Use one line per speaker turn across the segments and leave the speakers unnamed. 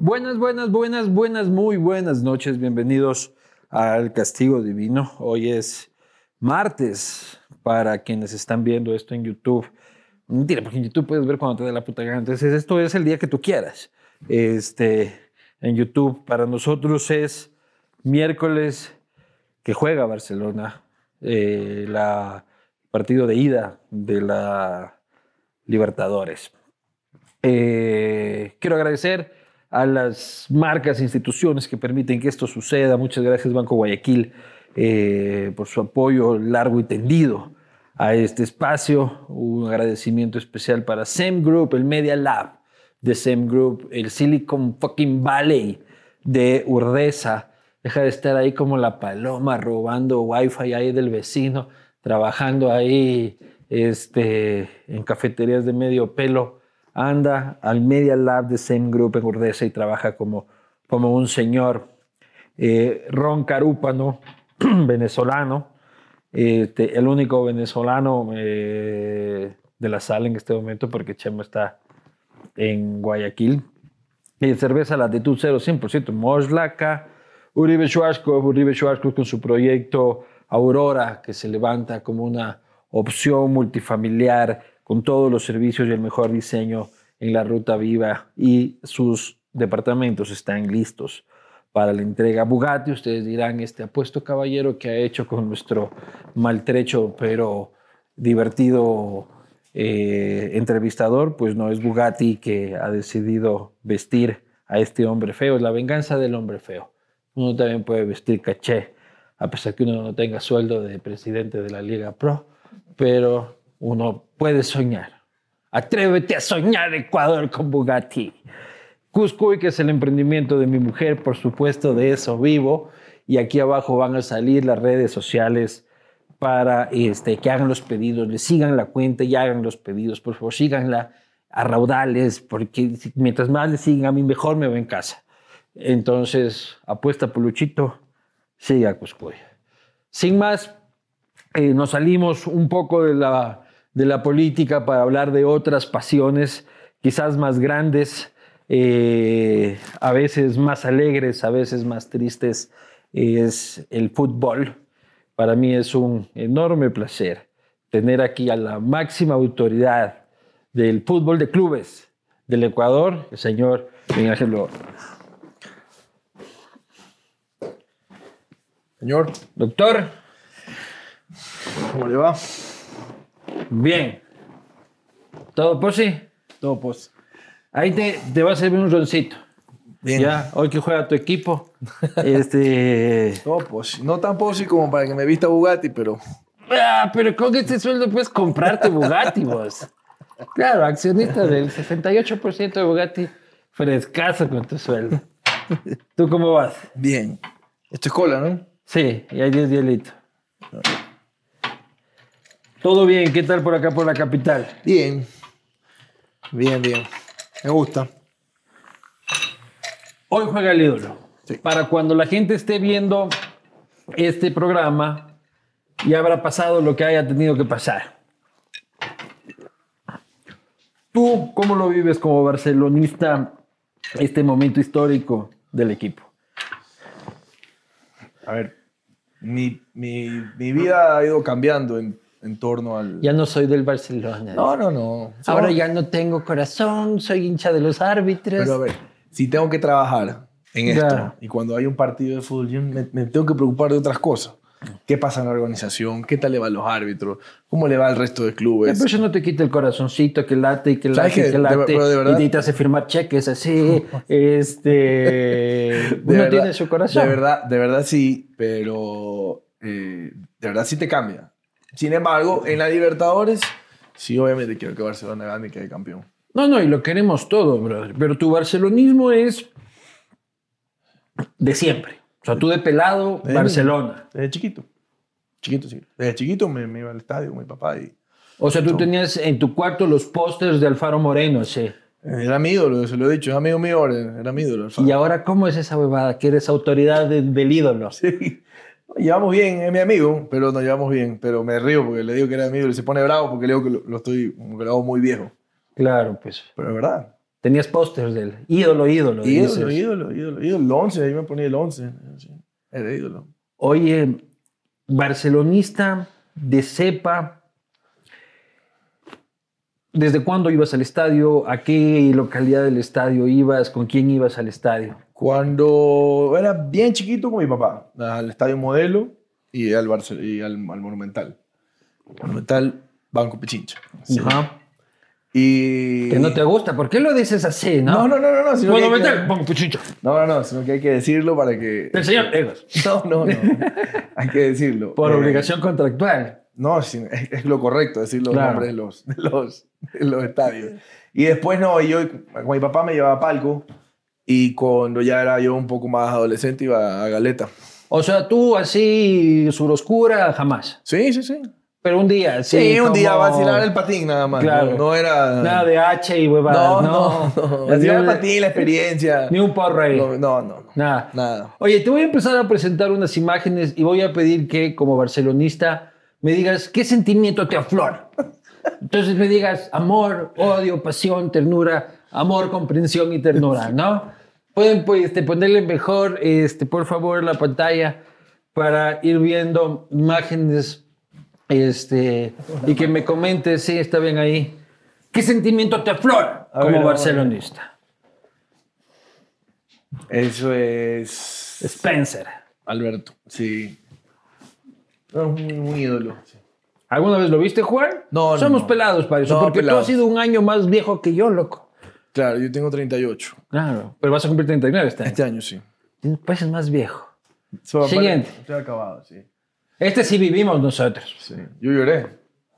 Buenas, buenas, buenas, buenas, muy buenas noches. Bienvenidos al Castigo Divino. Hoy es martes para quienes están viendo esto en YouTube. Mentira, porque en YouTube puedes ver cuando te dé la puta gana. Entonces, esto es el día que tú quieras. Este, en YouTube para nosotros es miércoles que juega Barcelona, eh, la partido de ida de la Libertadores. Eh, quiero agradecer a las marcas, e instituciones que permiten que esto suceda. Muchas gracias Banco Guayaquil eh, por su apoyo largo y tendido a este espacio. Un agradecimiento especial para SEM Group, el Media Lab de SEM Group, el Silicon fucking Valley de Urdesa. Deja de estar ahí como la paloma robando wifi ahí del vecino, trabajando ahí este, en cafeterías de medio pelo anda al Media Lab de Same Group en Urdesa y trabaja como, como un señor. Eh, Ron Carúpano, venezolano, este, el único venezolano eh, de la sala en este momento porque Chemo está en Guayaquil. Y cerveza Latitud 0, 100% Moslaca. Uribe Schwarzko, Uribe Schwarzko con su proyecto Aurora, que se levanta como una opción multifamiliar con todos los servicios y el mejor diseño en la ruta viva y sus departamentos están listos para la entrega. Bugatti, ustedes dirán, este apuesto caballero que ha hecho con nuestro maltrecho pero divertido eh, entrevistador, pues no es Bugatti que ha decidido vestir a este hombre feo, es la venganza del hombre feo. Uno también puede vestir caché, a pesar que uno no tenga sueldo de presidente de la Liga Pro, pero uno puede soñar. Atrévete a soñar Ecuador con Bugatti. Cuscuy, que es el emprendimiento de mi mujer, por supuesto, de eso vivo. Y aquí abajo van a salir las redes sociales para este, que hagan los pedidos, le sigan la cuenta y hagan los pedidos. Por favor, síganla a raudales, porque mientras más le sigan a mí, mejor me va en casa. Entonces, apuesta Puluchito, sigue a Cuscuy. Sin más, eh, nos salimos un poco de la de la política para hablar de otras pasiones, quizás más grandes, eh, a veces más alegres, a veces más tristes, es el fútbol. Para mí es un enorme placer tener aquí a la máxima autoridad del fútbol de clubes del Ecuador, el señor Miguel Ángel
Señor.
Doctor.
¿Cómo le va?
Bien. ¿Todo posi?
Todo pos.
Ahí te, te va a servir un roncito.
Bien.
Ya, hoy que juega tu equipo. este.
Todo posi. No tan posi como para que me vista Bugatti, pero
Ah, pero con este sueldo puedes comprarte Bugatti, vos. Claro, accionista del 68% de Bugatti, frescazo con tu sueldo. ¿Tú cómo vas?
bien. Esto es cola, ¿no?
Sí, y hay 10 dielitos. Todo bien, ¿qué tal por acá, por la capital?
Bien. Bien, bien. Me gusta.
Hoy juega el ídolo.
Sí.
Para cuando la gente esté viendo este programa, ya habrá pasado lo que haya tenido que pasar. ¿Tú cómo lo vives como barcelonista este momento histórico del equipo?
A ver, mi, mi, mi vida ha ido cambiando en, en torno al...
Ya no soy del Barcelona.
No, no, no.
Ahora
Solo-
ya no tengo corazón, soy hincha de los árbitros.
Pero a ver, si tengo que trabajar en esto
Claro.
y cuando hay un partido de fútbol, yo me, me tengo que preocupar de otras cosas. ¿Qué pasa en la organización? ¿Qué tal le va a los árbitros? ¿Cómo le va al resto de
Ya,
clubes?
pero eso no te quita el corazoncito que late y que late
¿Sabes pues. qué?
y que
De-
late.
pero de verdad-
y te hace firmar cheques así. este.
De
uno
verdad-
tiene su corazón.
De verdad, de verdad sí, pero eh, de verdad sí te cambia. Sin embargo, en la Libertadores, sí, obviamente quiero que Barcelona gane y quede campeón.
No, no, y lo queremos todo, brother. Pero tu barcelonismo es de siempre. O sea, tú de pelado,
De-
Barcelona.
Desde chiquito. Chiquito, sí. Desde chiquito me, me iba al estadio con mi papá y
O sea, tú tenías en tu cuarto los pósters de Alfaro Moreno, sí.
era mi ídolo, se lo he dicho, era amigo mío, era, era mi ídolo. Alfaro.
Y ahora, ¿cómo es esa huevada? Que eres autoridad de- del ídolo.
Sí. Llevamos bien, es mi amigo, pero nos llevamos bien. Pero me río porque le digo que era amigo y se pone bravo porque le digo que lo, lo estoy, como que lo hago muy viejo.
Claro, pues.
Pero es verdad.
Tenías pósters de él. Ídolo, ídolo.
Ídolo,
dices.
ídolo, ídolo, ídolo. El 11, ahí me ponía el 11. Era ídolo.
Oye, barcelonista de cepa. ¿Desde cuándo ibas al estadio? ¿A qué localidad del estadio ibas? ¿Con quién ibas al estadio?
Cuando era bien chiquito con mi papá, al Estadio Modelo y al, Barce- y al, al Monumental. Monumental, Banco Pichincha.
Ajá.
Y...
Que no te gusta. ¿Por qué lo dices así,
No,
no?
no, no, no, no, sino que
Bueno,
hay que-
vete, vamos, puchicho.
no, no, no, sino que hay que decirlo para que...
El señor Egas.
No, no, no, hay que decirlo.
Por
Eh,
obligación contractual.
No, sí, es, es lo correcto decir los
Claro.
nombres de los, de los, de los estadios. Y después no, y yo con mi papá me llevaba a Palco y cuando ya era yo un poco más adolescente iba a Galeta.
O sea, tú así, suroscura, jamás.
Sí, sí, sí.
Pero un día, sí.
Sí, un día
como-
vacilar el patín nada más.
Claro.
No, no era...
Nada de H y huevadas.
no,
No,
no, no. Vacilar el patín, la experiencia.
Ni un porro ahí.
No, no, no.
Nada.
Nada.
Oye, te voy a empezar a presentar unas imágenes y voy a pedir que, como barcelonista, me digas qué sentimiento te aflora. Entonces me digas amor, odio, pasión, ternura, amor, comprensión y ternura, ¿no? Pueden pues, este, ponerle mejor, este, por favor, la pantalla para ir viendo imágenes este, y que me comentes si está bien ahí. ¿Qué sentimiento te aflora
A ver,
como
a ver.
barcelonista?
Eso es...
Spencer.
Alberto. Sí. No, es un, un ídolo. sí.
¿Alguna vez lo viste jugar?
No, no,
Somos
no.
pelados para eso,
No,
porque
pelados.
tú has sido un año más viejo que yo, loco.
Claro, yo tengo 38.
Claro, pero vas a cumplir 39 este año.
Este pues, año sí.
Tienes- Pareces más viejo.
So,
Siguiente.
aparte, Estoy acabado, sí.
Este sí vivimos nosotros.
sí. Yo lloré.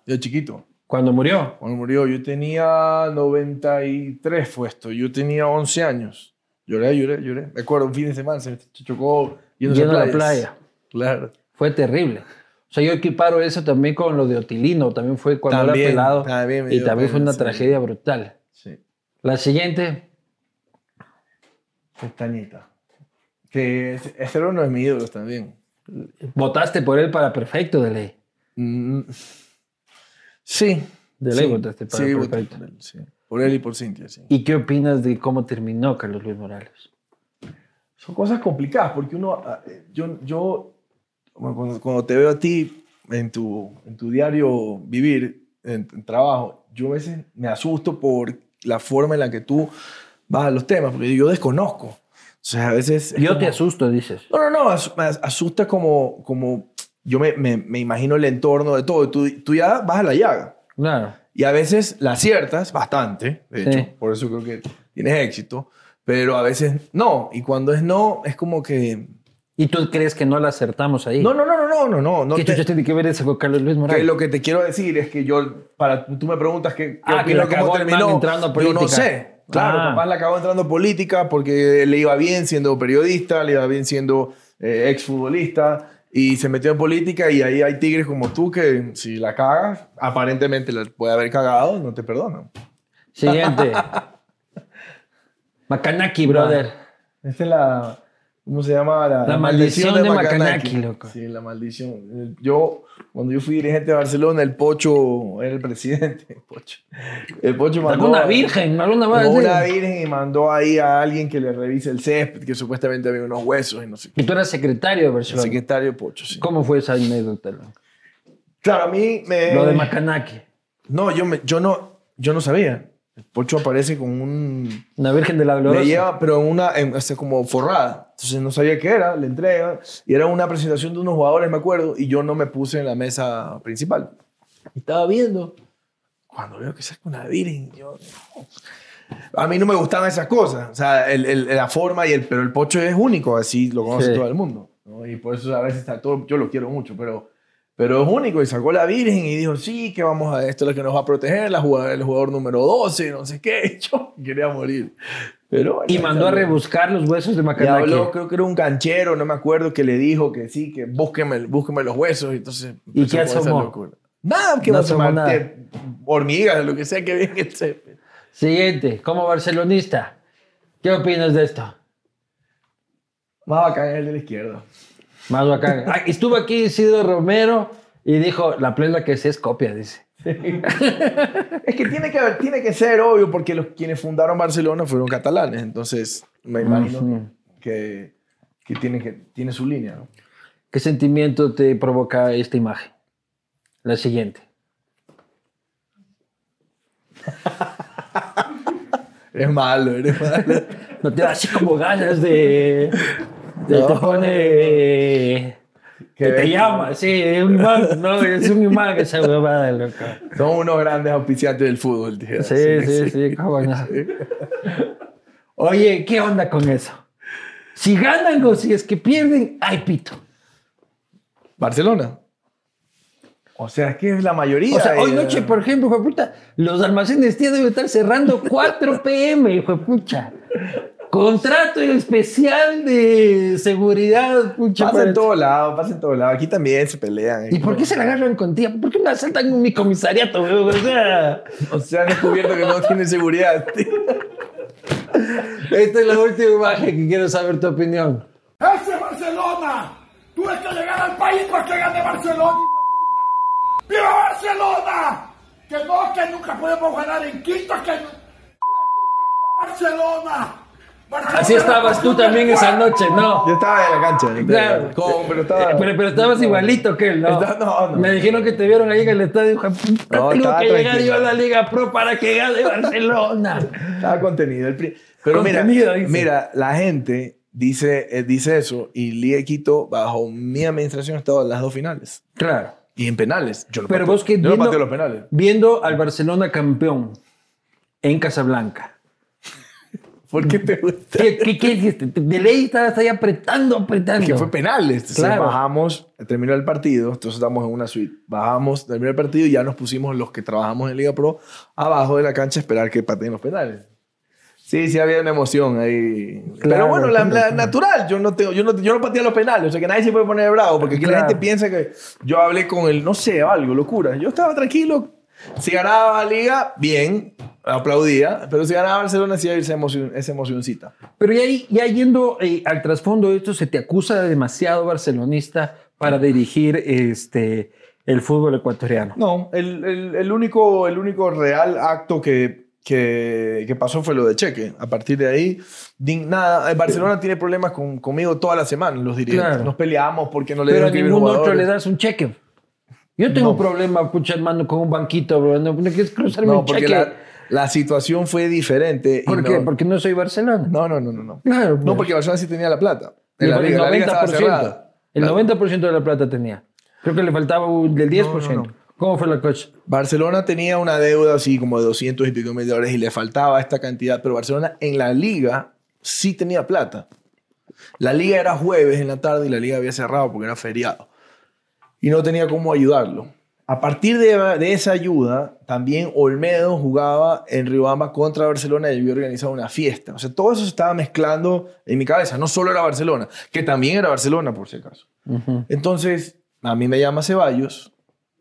Yo chiquito.
Cuando murió.
Cuando murió, yo tenía 93 fue esto. Yo tenía 11 años. Lloré, lloré, lloré. Me acuerdo, un fin de semana se me chocó yendo
Yendo a la playa.
Claro.
Fue terrible. O sea, yo equiparo eso también con lo de Otilino. También fue cuando era
También,
pelado.
también me
y
dio
también fue
pena,
una
sí.
tragedia brutal.
Sí.
La siguiente.
Pestañita. Que ese ese era uno de mis ídolos también.
Votaste por él para perfecto de ley.
Mm. Sí.
De ley votaste para
sí, voté
perfecto.
por él, sí. Por él y por Cintia, sí.
¿Y qué opinas de cómo terminó Carlos Luis Morales?
Son cosas complicadas porque uno, ah, eh, yo, yo bueno, cuando, cuando te veo a ti en tu, en tu diario vivir, en, en trabajo, yo a veces me asusto por la forma en la que tú vas a los temas, porque yo desconozco. O sea, a veces... es
Yo
como-
te asusto, dices.
No, no, no, as- me as- asusta como, como yo me, me, me imagino el entorno de todo, y tú, tú ya vas a la llaga.
Claro.
Y a veces la aciertas bastante, de
Sí.
hecho, por eso creo que tienes éxito, pero a veces no, y cuando es no, es como que...
¿Y tú crees que no la acertamos ahí?
No, no, no, no, no, no, no, no.
¿Qué
te-
chucha tiene que ver eso con Carlos Luis
que
Morales?
lo que te quiero decir es que yo, para, tú me preguntas que, qué
Ah, que la
opino cómo
cagó el man
terminó,
entrando a
yo no
política.
sé. Claro,
Ah.
capaz la acabó entrando a política porque le iba bien siendo periodista, le iba bien siendo eh, exfutbolista y se metió en política y ahí hay tigres como tú que si la cagas, aparentemente la puede haber cagado, no te perdonan.
Siguiente. Macanaki, brother.
Esta Este es la. ¿Cómo se llama? La,
La maldición de Macanaki, loco.
Sí, la maldición. Yo, cuando yo fui dirigente de Barcelona, el Pocho era el presidente. El Pocho, el Pocho mandó.
¿Alguna
a-
virgen? ¿Alguna
mandó
virgen?
una virgen y mandó ahí a alguien que le revise el césped, que supuestamente había unos huesos y no sé qué.
Y tú eras secretario de
El
Barcelona.
secretario Pocho, sí.
¿Cómo fue esa anécdota? loco?
Claro, a mí me.
Lo de Macanaki.
no, yo, me- yo no, yo no sabía. El Pocho aparece con un
Una virgen de la
Me
dolorosa.
lleva, pero en una, en- o sea, como forrada. Entonces no sabía qué era, le entrega. Y era una presentación de unos jugadores, me acuerdo, y yo no me puse en la mesa principal. Y estaba viendo. Cuando veo que saca una virgen, yo. no. A mí no me gustaban esas cosas. O sea, el- el- la forma y el. Pero el pocho es único, así lo conoce
Sí.
todo el mundo. ¿no? Y por eso a veces está todo. Yo lo quiero mucho, pero. Pero es único y sacó la Virgen y dijo, sí, que vamos a esto, es lo que nos va a proteger, la jugada- el jugador número 12, no sé qué. Yo quería morir. Pero bueno,
Y mandó a
salió.
rebuscar los huesos de
Le
Macanaki.
habló, creo que era un canchero, no me acuerdo, que le dijo que sí, que búsqueme, búsqueme los huesos. y Entonces,
¿Y
empezó
qué
con esa
asomó?
locura. Nada, que
No
no
asomó
asomar,
nada.
te- hormigas, lo que sea que venga el césped.
Siguiente, como barcelonista. ¿Qué opinas de esto?
Más bacán es el de la izquierda.
Mazuacán. Ah, Estuvo aquí Isidro Romero y dijo, la plena que se es copia, dice.
Es que tiene que, haber- tiene que ser obvio porque los quienes fundaron Barcelona fueron catalanes, entonces
Ah,
me imagino
Ujú.
que, que, tiene que tiene su línea. ¿no?
¿Qué sentimiento te provoca esta imagen? La siguiente.
Eres malo, eres malo.
No te da así como ganas de... de
No.
Te pone... Que te
ven-
llama, sí, es un imán, no, es un imán esa huevada, loco.
Son unos grandes auspiciantes del fútbol, tío.
Sí, sí, sí, cómo no. Oye, ¿qué onda con eso? Si ganan o si es que pierden, ay, pito.
Barcelona. O sea, es que es la mayoría.
O sea, hoy
eh,
noche, por ejemplo, hijo de puta, los almacenes tienen deben estar cerrando 4 pm, hijo de pucha. Contrato especial de seguridad, pucha.
Pasa
para-
en todo lado, pasa en todo lado. Aquí también se pelean.
¿Y por qué se la agarran con tía? ¿Por qué no asaltan mi comisariato, weón? O sea,
O sea, han descubierto que no tienen seguridad. tío.
esta es la última imagen que quiero saber tu opinión.
¡Ese es Barcelona! Tuve que llegar al país para que gane Barcelona. hijo de puta. ¡Viva Barcelona! Que no, que nunca podemos ganar en Quito, que no. ¡Barcelona! Barcelona,
Así estabas tú también esa noche, ¿no?
Yo estaba en la cancha. yo estaba en la
Claro.
cancha. Como, pero estaba.
Eh, Pero, pero estabas igualito que él, ¿no?
Está- no, no.
Me dijeron que te vieron ahí en el estadio. hijo de puta,
No,
tengo
estaba
que llegar
tranquilo.
yo a la Liga Pro para que gane Barcelona.
Estaba contenido. El pri- Pero
Contenido,
mira,
dice.
mira, la gente dice, eh, dice eso y Liga de Quito, bajo mi administración, ha estado en las dos finales.
Claro.
Y en penales. Yo no
Pero
pateo-
vos que
Yo no
viendo-
pateo los penales.
Viendo al Barcelona campeón en Casablanca.
¿Por qué te gusta?
¿Qué, qué, qué hiciste? De ley estabas ahí apretando, apretando.
Que fue penales. Entonces
Claro.
bajamos, terminó el partido, entonces estamos en una suite. Bajamos, terminó el partido y ya nos pusimos los que trabajamos en Liga Pro abajo de la cancha a esperar que pateen los penales. Sí, sí había una emoción ahí. Pero
Claro,
bueno, la,
claro,
la
claro.
natural. Yo no, tengo, yo, no, yo no pateé los penales, o sea que nadie se puede poner bravo, porque aquí la
Claro.
gente piensa que yo hablé con él, no sé, algo, locura. Yo estaba tranquilo. Si ganaba la Liga, bien, aplaudía. Pero si ganaba Barcelona, sí había esa, emoción, esa emocioncita.
Pero ya, ya yendo eh, al trasfondo de esto, se te acusa de demasiado barcelonista para dirigir este, el fútbol ecuatoriano.
No, el, el- el único, el único real acto que, que, que pasó fue lo de Cheque. A partir de ahí, din- nada, eh, Barcelona tiene problemas con- conmigo toda la semana, los dirigentes.
Claro.
Nos peleamos porque no le
Pero
dieron
a
escribir
ningún otro
jugadores.
le das un cheque. Yo tengo
No.
un problema, pucha, hermano, con un banquito, bro. No, no quieres cruzarme
No,
un
porque
cheque.
la, la situación fue diferente. y
¿Por
no,
qué? Porque no soy Barcelona.
no, no, no, no. No,
Claro.
No,
pues.
porque Barcelona sí tenía la plata.
Y
En la
por
liga, la
el
liga
90%.
estaba cerrada.
El 90% de la plata tenía. Creo que le faltaba un del 10%. ¿Cómo fue la cosa?
Barcelona tenía una deuda así como de 200 y pico mil dólares y le faltaba esta cantidad, pero Barcelona en la liga sí tenía plata. La liga era jueves en la tarde y la liga había cerrado porque era feriado. Y no tenía cómo ayudarlo. A partir de, de esa ayuda, también Olmedo jugaba en Riobamba contra Barcelona y había organizado una fiesta. O sea, todo eso se estaba mezclando en mi cabeza. No solo era Barcelona, que también era Barcelona, por si acaso. Entonces, a mí me llama Ceballos,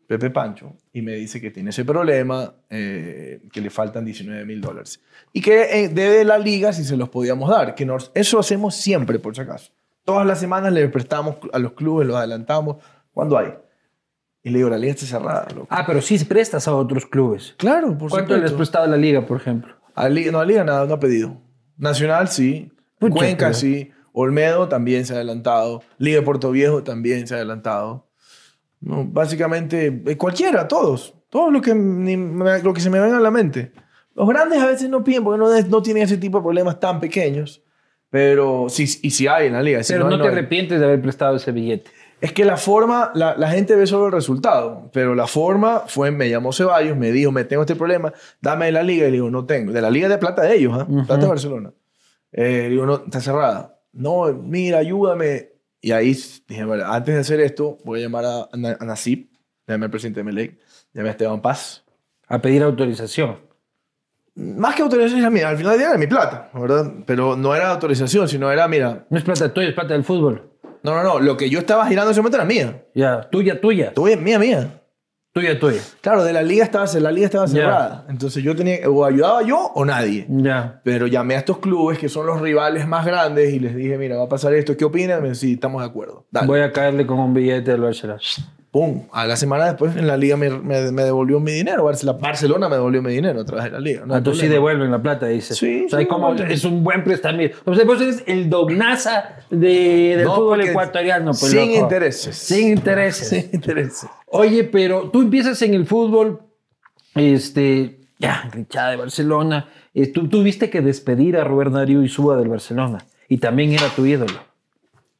Pepe Pancho, y me dice que tiene ese problema, eh, que le faltan 19 mil dólares. Y que eh, debe la liga si se los podíamos dar. Que nos- eso hacemos siempre, por si acaso. Todas las semanas le prestamos a los clubes, los adelantamos, cuando hay. Y le digo, la liga está cerrada, loco.
Ah, pero sí prestas a otros clubes.
claro, por
¿Cuánto les
supuesto.
has prestado a la liga, por ejemplo?
A Liga- no, a Liga nada, no ha pedido. Nacional sí,
Pucha,
Cuenca
pero-
sí, Olmedo también se ha adelantado, Liga de Puerto Viejo también se ha adelantado. No, básicamente, eh, cualquiera, todos, todos los que, ni me- lo que se me venga a la mente. Los grandes a veces no piden porque no, es- no tienen ese tipo de problemas tan pequeños, pero sí, y sí hay en la liga. si
pero no,
hay,
te
hay.
arrepientes de haber prestado ese billete.
Es que la forma, la, la gente ve solo el resultado, pero la forma fue, me llamó Ceballos, me dijo, me tengo este problema, dame de la liga. Y le digo, no tengo. De la liga de plata de ellos, ¿ah? plata de Barcelona. Eh, le digo, no, está cerrada. No, mira, ayúdame. Y ahí dije, vale, antes de hacer esto, voy a llamar a, Na- a Nasib, llamé al presidente de Melec, llamé a Esteban Paz.
A pedir autorización.
Más que autorización, era mía, al final del día era mi plata, ¿verdad? Pero no era autorización, sino era, mira,
No es plata tuya, es plata del fútbol.
no, no, no, lo que yo estaba girando en ese momento era mía.
Ya, tuya, tuya.
Tuya, mía, mía.
Tuya, tuya.
Claro, de la liga estaba, la liga estaba
Ya. Mm.
cerrada. Entonces yo tenía, o ayudaba yo o nadie.
Ya.
Pero llamé a estos clubes que son los rivales más grandes y les dije, mira, va a pasar esto, ¿qué opinan? Me decían, sí, estamos de acuerdo. Dale.
Voy a caerle con un billete al Barcelona.
Pum. A la semana después en la liga me, me- me devolvió mi dinero. Barce- la Barcelona me devolvió mi dinero a través de la liga. No hay
Ah, Entonces sí
problema.
devuelven la plata, dice.
Sí,
O sea,
sí,
como
devuelven.
es un buen prestamista. O sea, vos eres el dognaza de, del
No,
fútbol
porque
ecuatoriano. pues,
sin
loco.
intereses.
Sin intereses.
Sí, interesa.
Oye, pero tú empiezas en el fútbol, este, ya, hinchada de Barcelona. Eh, Tú tuviste que despedir a Robert Darío Isúa del Barcelona. Y también era tu ídolo.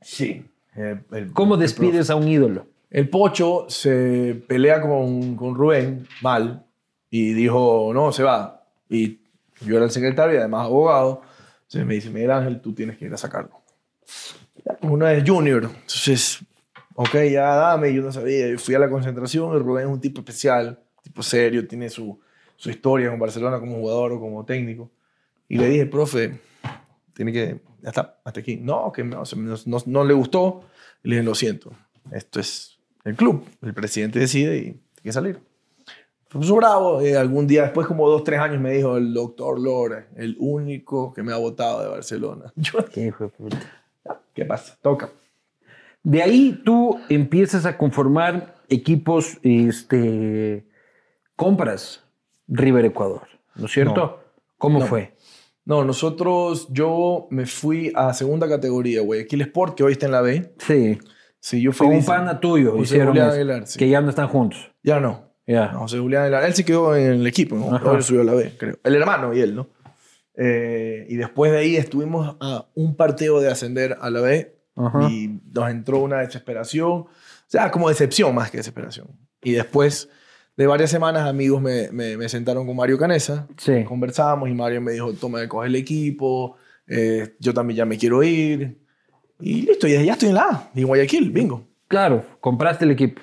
Sí. Eh, el-
¿Cómo
el
despides a un ídolo?
El Pocho se pelea con, con Rubén mal y dijo, no, se va. Y yo era el secretario y además abogado. Entonces me dice, Miguel Ángel, tú tienes que ir a sacarlo. Ya, pues, Uno es junior, entonces, ok, ya dame. Yo no sabía, yo fui a la concentración y Rubén es un tipo especial, tipo serio, tiene su, su historia con Barcelona como jugador o como técnico. Y le dije, profe, tiene que, ya está, hasta aquí. No, que no, se- no, no- no le gustó. Y le dije, lo siento, esto es el club. El presidente decide y tiene que salir. Profesor Bravo, eh, algún día después, como dos, tres años, me dijo, el doctor Lora, el único que me ha votado de Barcelona. Yo, ¿Qué pasa? Toca.
De ahí tú empiezas a conformar equipos, este, compras River Ecuador, ¿no es cierto?
No.
¿Cómo
No.
fue?
No, nosotros, yo me fui a segunda categoría, Guayaquil Sport, que hoy está en la B.
Sí,
Sí, yo fui
con un
vice-
pana tuyo,
José
hicieron
Julián
eso,
Aguilar, sí.
que ya no están juntos.
Ya no.
Ya.
No, José Julián Aguilar. Él sí quedó en el equipo, ¿no?
Ajá.
Ahora subió a la B, creo. El hermano y él, ¿no? Eh, y después de ahí estuvimos a un partido de ascender a la B
Ajá.
y nos entró una desesperación, o sea, como decepción más que desesperación. Y después de varias semanas, amigos me, me- me sentaron con Mario Canesa,
Sí.
conversamos y Mario me dijo, toma, coge el equipo, eh, yo también ya me quiero ir. Y listo, ya, ya estoy en la A, en Guayaquil, bingo.
Claro, compraste el equipo.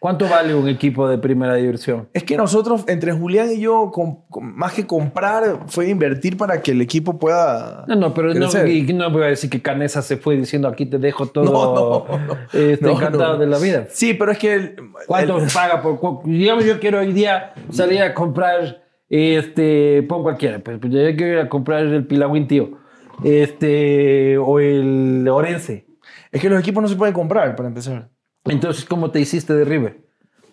¿Cuánto vale un equipo de primera diversión?
Es que nosotros, entre Julián y yo, com- com- más que comprar, fue invertir para que el equipo pueda.
No, no, pero no,
crecer.
y no voy a decir que Canesa se fue diciendo aquí te dejo todo
No, no, no.
este,
No, no.
encantado de la vida.
Sí, pero es que. el-
¿Cuánto
el-
paga por cu- Digamos, yo quiero hoy día salir a comprar, este, pon cualquiera, pues, pues, yo quiero ir a comprar el Pilagüín, tío, este, o el Orense.
es que los equipos no se pueden comprar, para empezar.
Entonces, ¿cómo te hiciste de River?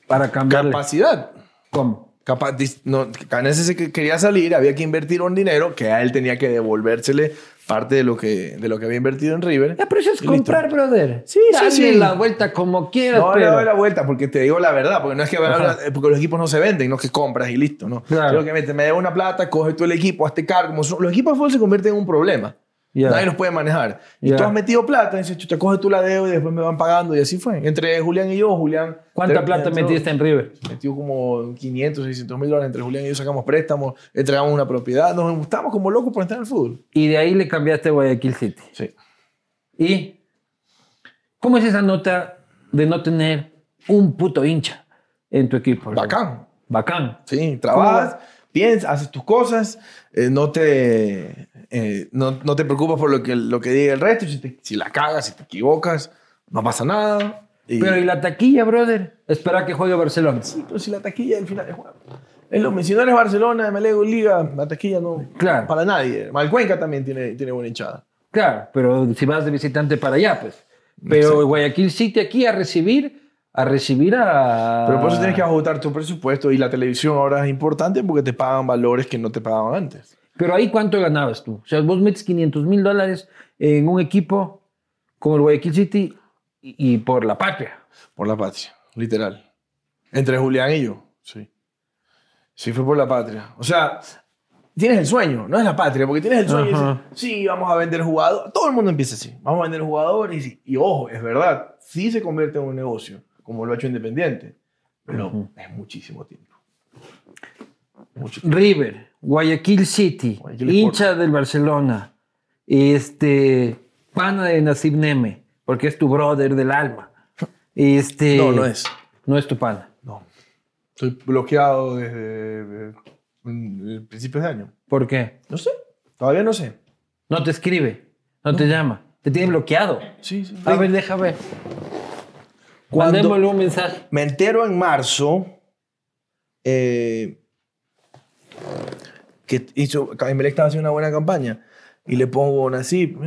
Para cambiarle.
Capacidad.
¿Cómo?
Capaz, dis- no, Canese se que- quería salir, había que invertir un dinero que a él tenía que devolvérsele parte de lo que, de lo que había invertido en River.
Ya, pero eso es
Y listo.
comprar, brother.
Sí, sí,
Dale
sí.
la vuelta como quieras,
No, le
pero...
doy la vuelta porque te digo la verdad, porque no es que
Ajá.
eh, porque los equipos no se venden, no es que compras y listo, ¿no?
Claro.
Creo que me, me debo una plata, coge tú el equipo, hazte cargo. Como son- los equipos de fútbol se convierten en un problema.
Ya.
Nadie los puede manejar. Y
Ya.
tú has metido plata, y dices, chuta, coge tú la deuda y después me van pagando. Y así fue. Entre Julián y yo, Julián.
¿Cuánta
ter-
plata
entró-
metiste en River?
Metió como 500, 600 mil dólares. Entre Julián y yo sacamos préstamos, entregamos una propiedad. Nos gustamos como locos por entrar al fútbol.
Y de ahí le cambiaste a Guayaquil City.
Sí.
¿Y cómo es esa nota de no tener un puto hincha en tu equipo? loco?
Bacán.
Bacán.
Sí, trabajas, piensas, haces tus cosas, eh, no, te, eh, no, no te preocupas por lo que, lo que diga el resto, si, te- si la cagas, si te equivocas, no pasa nada. Y,
Pero ¿y la taquilla, brother? Espera que juegue Barcelona.
Sí, pero si la taquilla al final es juego. Es lo, si no eres Barcelona, Melego, Liga, la taquilla no
Claro.
para nadie. Malcuenca también tiene, tiene buena hinchada.
Claro, pero si vas de visitante para allá, pues. Pero
Exacto.
Guayaquil City aquí a recibir, a recibir a...
Pero por eso tienes que ajustar tu presupuesto y la televisión ahora es importante porque te pagan valores que no te pagaban antes.
Pero ahí cuánto ganabas tú. O sea, vos metes 500 mil dólares en un equipo como el Guayaquil City y, y por la patria.
Por la patria, literal. Entre Julián y yo, sí. Sí, fue por la patria. O sea, tienes el sueño, no es la patria, porque tienes el sueño y dices,
Ajá.
sí, vamos a vender jugadores. Todo el mundo empieza así. Vamos a vender jugadores y, y ojo, es verdad, sí se convierte en un negocio, como lo ha hecho Independiente, pero es muchísimo tiempo. Mucho tiempo.
River, Guayaquil City,
Guayaquil
hincha del Barcelona, este, pana de Nasib Neme, porque es tu brother del alma. Este,
No, no es.
No es tu pana.
No. Estoy bloqueado desde eh, mm, principios de año.
¿Por qué?
No sé, todavía no sé.
No te escribe, no, te llama, te tiene bloqueado.
Sí, sí.
A ver, déjame ver.
Cuando-
Mandémosle un mensaje.
Me entero en marzo eh, que hizo, Emelec estaba haciendo una buena campaña. Y le pongo Nasib.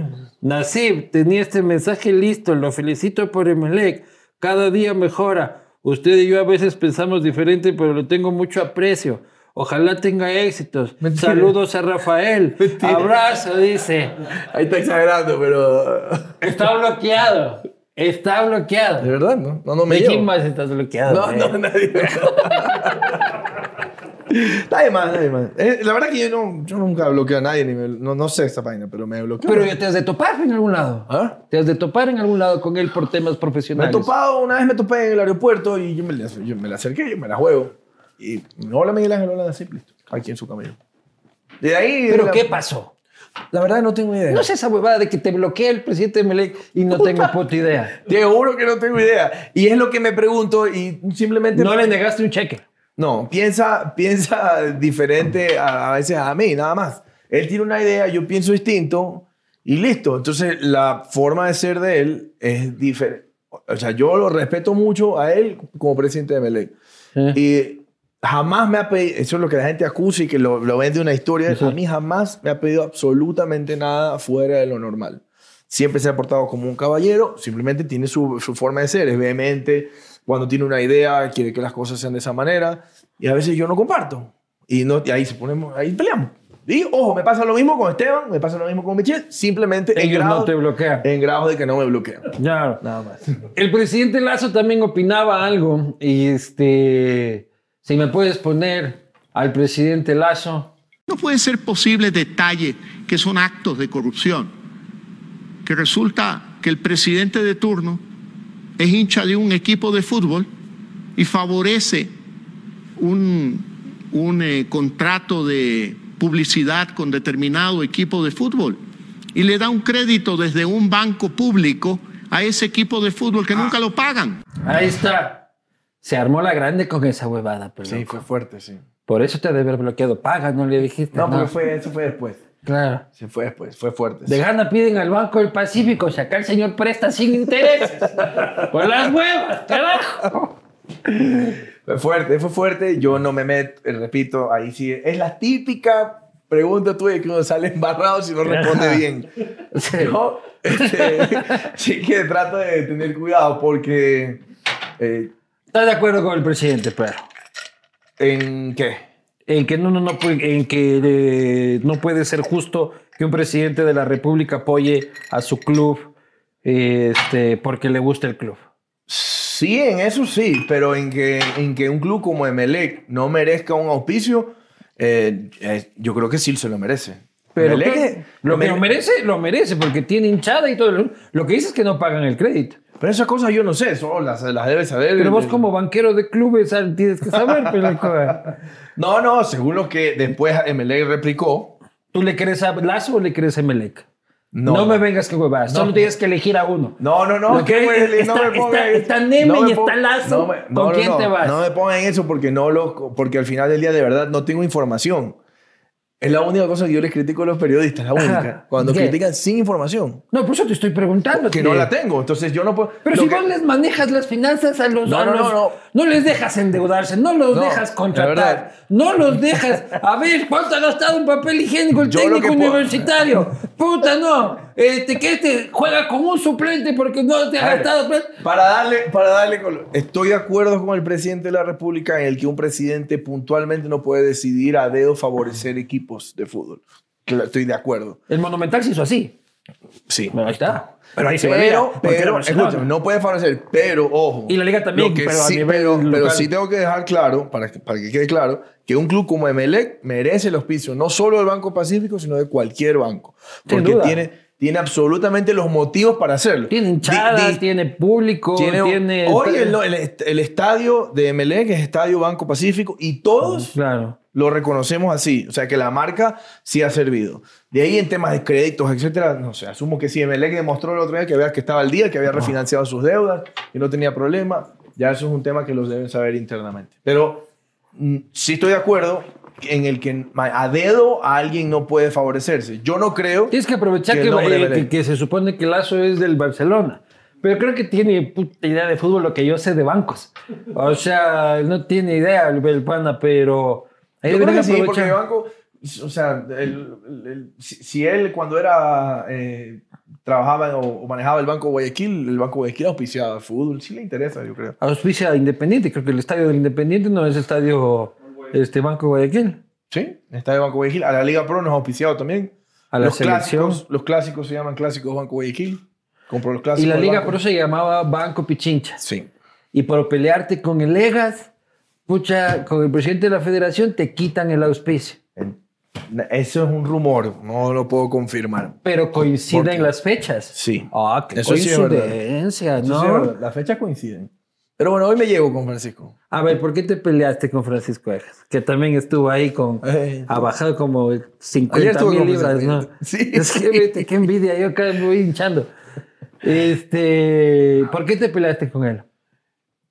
Nasib, tenía este mensaje listo, lo felicito por Emelec, cada día mejora. Usted y yo a veces pensamos diferente, pero le tengo mucho aprecio. Ojalá tenga éxitos.
Mentira.
Saludos a Rafael.
Mentira.
Abrazo, dice.
Ahí está exagerando, pero.
Está bloqueado. Está
De
bloqueado.
verdad, ¿no? No, no me
¿De
llevo.
quién más estás bloqueado?
No,
eh?
no, nadie. nadie más, nadie más. Eh, la verdad que yo, no, yo nunca bloqueo a nadie, ni me- no, no sé esta página, pero me bloqueo.
Pero ya te has de topar en algún lado.
¿Ah?
Te has de topar en algún lado con él por temas
Me he
profesionales.
topado, una vez me topé en el aeropuerto y yo me, la- yo me la acerqué, yo me la juego. Y no hola Miguel Ángel, hola Nasib, listo. Aquí en su camino. De ahí.
¿Pero
la,
qué pasó?
La verdad no tengo idea.
No es esa huevada de que te bloquea el presidente de Melec y no tengo puta idea.
Te juro que no tengo idea. Y es lo que me pregunto y simplemente.
No le negaste un cheque.
No, piensa, piensa diferente a, a veces a mí, nada más. Él tiene una idea, yo pienso distinto y listo. Entonces, la forma de ser de él es diferente. O sea, yo lo respeto mucho a él como presidente de Melec. Y jamás me ha pedido, eso es lo que la gente acusa y que lo, lo vende una historia,
Ujú.
a mí jamás me ha pedido absolutamente nada fuera de lo normal. Siempre se ha portado como un caballero, simplemente tiene su, su forma de ser, es vehemente, cuando tiene una idea quiere que las cosas sean de esa manera y a veces yo no comparto. Y, no, y ahí se ponemos, ahí peleamos. Y ojo, me pasa lo mismo con Esteban, me pasa lo mismo con Michelle, simplemente en
Ellos no
grados,
te bloquean.
en grados de que no me bloquean.
Claro.
Nada más.
El presidente Lazo también opinaba algo. Y este, si me puedes poner al presidente Lazo.
No pueden ser posibles detalles que son actos de corrupción. Que resulta que el presidente de turno es hincha de un equipo de fútbol y favorece un, un, eh, contrato de publicidad con determinado equipo de fútbol y le da un crédito desde un banco público a ese equipo de fútbol que nunca lo pagan.
Ahí está. Se armó la grande con esa huevada, pero
Sí, fue fuerte, sí.
por eso te ha de haber bloqueado. Paga, no le dijiste.
No, porque fue, eso fue después.
Claro.
Se fue después, fue fuerte.
De gana piden al Banco del Pacífico sacar el señor presta sin intereses. Por las huevas, carajo.
Fue fuerte, fue fuerte. Yo no me meto, eh, repito, ahí sí. Es la típica pregunta tuya que uno sale embarrado si no responde bien.
Sí.
Yo, este, sí que trato de tener cuidado porque. eh,
¿Estás de acuerdo con el presidente, pero?
¿En qué?
En que no, no, no, puede- en que eh, no puede ser justo que un presidente de la República apoye a su club este, porque le gusta el club.
Sí, en eso sí, pero en que, en que un club como Emelec no merezca un auspicio, eh, eh, yo creo que sí se lo merece. E
Pero
Emelec
¿qué?
es-
lo que
Emelec-
lo merece, lo merece, porque tiene hinchada y todo. Lo, lo que dice es que no pagan el crédito.
Pero esas cosas yo no sé, eso las, las debe saber.
Pero
el-
vos
el-
como banquero de clubes al- tienes que saber, pero
No, no, según lo que después Emelec replicó.
¿Tú le crees a Lazo o le crees a Melec?
No.
No, me vengas con huevadas.
No.
Solo tienes que elegir a uno.
No, no, no.
Lo que
no me-
es-
no
está-
me ponga
está-
en-
está Neme
me
y
pon-
está Lazo. ¿Con quién te vas?
No me pongan en eso porque no lo, porque al final del día de verdad no tengo información. Es la única cosa que yo les critico a los periodistas, la única. Cuando
¿Qué?
critican sin información.
No, por eso te estoy preguntando.
Que
tío.
no la tengo, entonces yo no puedo.
Pero
lo
si
que-
vos les manejas las finanzas a los...
No,
a
no,
los-
no, no.
les dejas endeudarse, no los
No,
dejas
la verdad.
contratar, no los dejas... A ver, ¿cuánto ha gastado un papel higiénico el
Yo lo
técnico
que puedo-
universitario? Puta, no. Este, que este juega con un suplente porque no te
A
ha
ver,
gastado... pues.
Para darle, para darle color. Estoy de acuerdo con el presidente de la República en el que un presidente puntualmente no puede decidir a dedo favorecer equipos de fútbol. Claro, Estoy de acuerdo.
El Monumental se hizo así.
Sí.
Bueno, ahí está.
Pero,
ahí se
pero,
valía, porque era
pero
Barcelona.
escúchame, no puede favorecer, pero ojo.
Y la liga también,
Lo que
pero a
sí,
nivel
pero, pero
local.
sí tengo que dejar claro, para que, para que quede claro, que un club como Emelec merece el auspicio, no solo del Banco Pacífico, sino de cualquier banco.
Sin
Porque
duda.
tiene, tiene absolutamente los motivos para hacerlo.
Tiene
Di-
hinchada,
di-
tiene público, tiene...
hoy el, el est- el estadio de Emelec es Estadio Banco Pacífico y todos
Claro.
lo reconocemos así. O sea, que la marca sí ha servido. De ahí en temas de créditos, etcétera, no sé, asumo que sí. Emelec demostró el otro día que, había, que estaba al día, que había refinanciado sus deudas, que no tenía problema. Ya eso es un tema que los deben saber internamente. Pero mm, sí estoy de acuerdo en el que ma- a dedo a alguien no puede favorecerse. Yo no creo...
Tienes que aprovechar
Que
que,
el nombre
eh,
de Belén.
que- que se supone que Lazo es del Barcelona. Pero creo que tiene puta idea de fútbol lo que yo sé de bancos. O sea, no tiene idea el, el pana, pero... ahí
Yo creo
deberían
que sí, porque
aprovechar.
Banco, o sea, el- el- el- si, si él cuando era, eh, trabajaba o, o manejaba el Banco Guayaquil, el Banco Guayaquil auspiciaba el fútbol, sí le interesa, yo creo.
auspicia a Independiente. Creo que el estadio del Independiente no es estadio este Banco Guayaquil.
Sí, está el Banco Guayaquil, a la Liga Pro nos ha auspiciado también.
A la
los
selección.
Clásicos, los clásicos se llaman clásicos Banco Guayaquil. Compró los clásicos.
Y la
del
Liga
Banco.
Pro se llamaba Banco Pichincha.
Sí.
Y por pelearte con el Egas, pucha, con el presidente de la federación, te quitan el auspicio.
Eso es un rumor, no lo puedo confirmar.
Pero
¿Por qué?
coinciden las fechas.
Sí.
Ah, qué
Eso sí es verdad.
coincidencia,
Eso
¿no?
sí es verdad, las fechas coinciden. Pero bueno, hoy me llevo con Francisco.
A ver, ¿por qué te peleaste con Francisco Egas? Que también estuvo ahí con.
Eh,
Ha bajado como 50
estuvo
Ah, mil
con
libras,
Francisco.
¿no?
Sí.
Es que vete, qué envidia, yo acá me voy hinchando. Este, ¿Por qué te peleaste con él?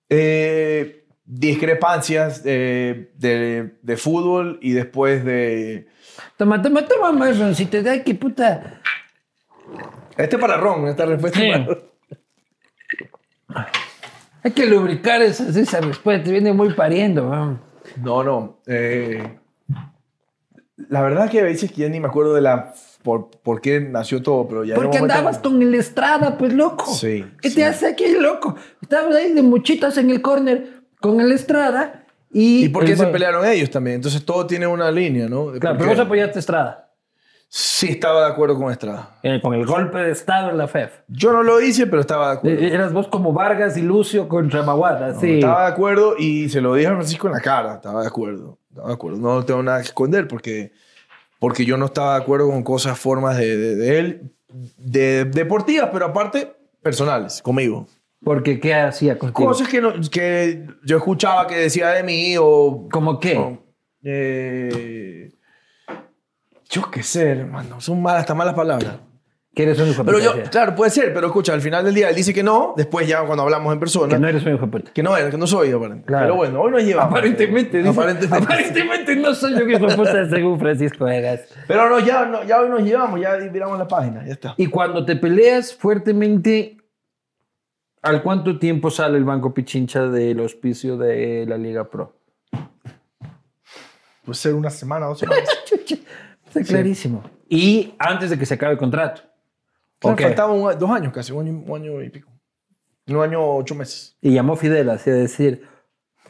Eh, discrepancias eh, de, de fútbol y después de...
Toma, toma, toma más roncito, de aquí, puta.
Este para Ron, esta respuesta
Sí.
para Ron.
Hay que lubricar esas, esas respuestas, viene muy pariendo. ¿no?
No, no. eh, la verdad que a veces que ya ni me acuerdo de la... Por, por qué nació todo, pero ya... en un
Porque
momento-
andabas con el Estrada, pues loco.
Sí,
¿Qué
sí.
te hace aquí, loco? Estabas ahí de muchitas en el córner con el Estrada y.
¿Y por qué
el-
se pelearon ellos también? Entonces todo tiene una línea, ¿no? De
Claro,
por
pero vos
qué.
apoyaste a Estrada.
Sí estaba de acuerdo con Estrada.
eh, con el golpe de Estado en la E FEF.
Yo no lo hice, pero estaba de acuerdo.
Eh, Eras vos como Vargas y Lucio contra Maguada, así.
Estaba de acuerdo y se lo dije a Francisco en la cara. Estaba de acuerdo. Estaba de acuerdo. No tengo nada que esconder porque, porque yo no estaba de acuerdo con cosas, formas de, de- de él, de, deportivas, pero aparte personales, conmigo.
Porque ¿qué hacía contigo?
Cosas que, no- que yo escuchaba que decía de mí o...
¿Cómo qué?
o, eh, yo qué sé, hermano. Son malas, hasta malas palabras.
Que eres un hijo de
Pero
puta,
yo,
decía.
claro, puede ser, pero escucha, al final del día él dice que no, después ya cuando hablamos en persona,
Que no eres un hijo de puta.
que no, era, que no soy, aparentemente.
Claro.
Pero bueno, hoy nos llevamos.
Aparentemente, dice.
Aparentemente.
Aparentemente no soy yo que hijo de puta, según Francisco Egas.
Pero no, ya, no, ya hoy nos llevamos, ya viramos la página, ya está.
Y cuando te peleas fuertemente, ¿al cuánto tiempo sale el Banco Pichincha del hospicio de la Liga Pro?
Puede ser una semana, dos semanas.
Chucha, Está clarísimo. Y antes de que se acabe el contrato.
Claro,
Ok.
Faltaban un- dos años casi, un año, un año y pico. Un año, ocho meses.
Y llamó Fidel, así a decir,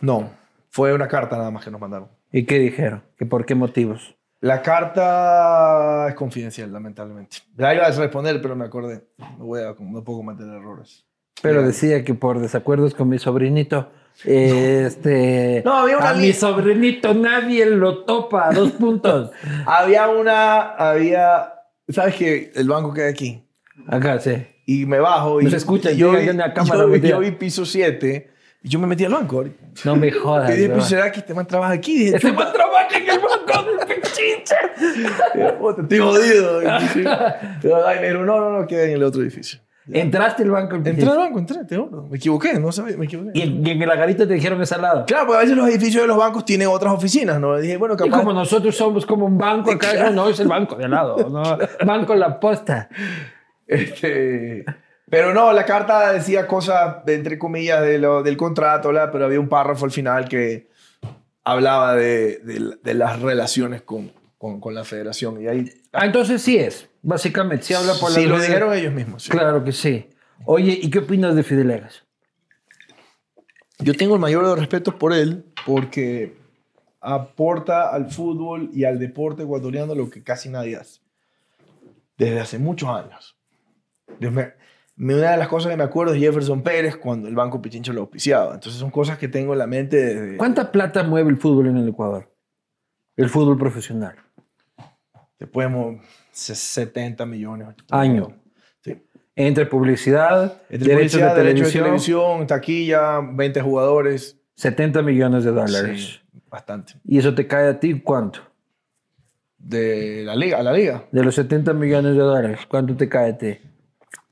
No, fue una carta nada más que nos mandaron.
¿y qué dijeron? ¿Que por qué motivos?
La carta es confidencial, lamentablemente. La iba a responder, pero me acordé. No, voy a, no puedo cometer errores.
Pero
Legal.
decía que por desacuerdos con mi sobrinito, eh, este,
No, había una
a
li-
mi sobrinito nadie lo topa, dos puntos.
Había una, había, ¿sabes qué? El banco queda aquí.
Acá sí.
Y me bajo y
No se escucha,
y yo,
llega
vi,
ya una cámara
yo, vi-
metida.
yo vi piso 7 y yo me metí al banco. ahorita.
Ah, No me
Y
jodas.
dije,
bro.
pues será que este man trabaja aquí. Dije,
Este man trabaja en el banco del Pichincha.
chuta, puta, estoy jodido. Y dije, Pero ay, me dijeron, no, no, no, queda en el otro edificio.
Entraste al banco del
Entré
Pichincha.
al banco, entré, te juro. Me equivoqué, no sabía, me equivoqué.
Y en, y en la garita te dijeron esa lado.
Claro, porque a veces los edificios de los bancos tienen otras oficinas, ¿no? Dije, bueno,
Y
capaz.
como nosotros somos como un banco acá, no, no es el banco de al lado, no, banco la posta.
Este, pero no, la carta decía cosas, de, entre comillas, de lo- del contrato, bla, pero había un párrafo al final que hablaba de, de- de las relaciones con, con- con la federación. Y ahí
Ah, entonces sí es, básicamente, sí habla por la
sí, lo
ley.
dijeron ellos mismos. sí.
Claro que sí. Oye, ¿y qué opinas de Fidel Egas?
Yo tengo el mayor de los respetos por él porque aporta al fútbol y al deporte ecuatoriano lo que casi nadie hace. Desde hace muchos años. Dios me- me- una de las cosas que me acuerdo es Jefferson Pérez cuando el Banco Pichincho lo auspiciaba. Entonces son cosas que tengo en la mente desde...
¿Cuánta plata mueve el fútbol en el Ecuador? El fútbol profesional.
Te podemos... se- 70 millones.
Año.
Sí.
Entre publicidad,
Entre
derechos de
publicidad, derechos
televisión,
de televisión, taquilla, 20 jugadores.
70 millones de dólares.
Sí, bastante.
¿Y eso te cae a ti cuánto?
De la liga, a la liga.
De los 70 millones de dólares, ¿cuánto te cae a ti?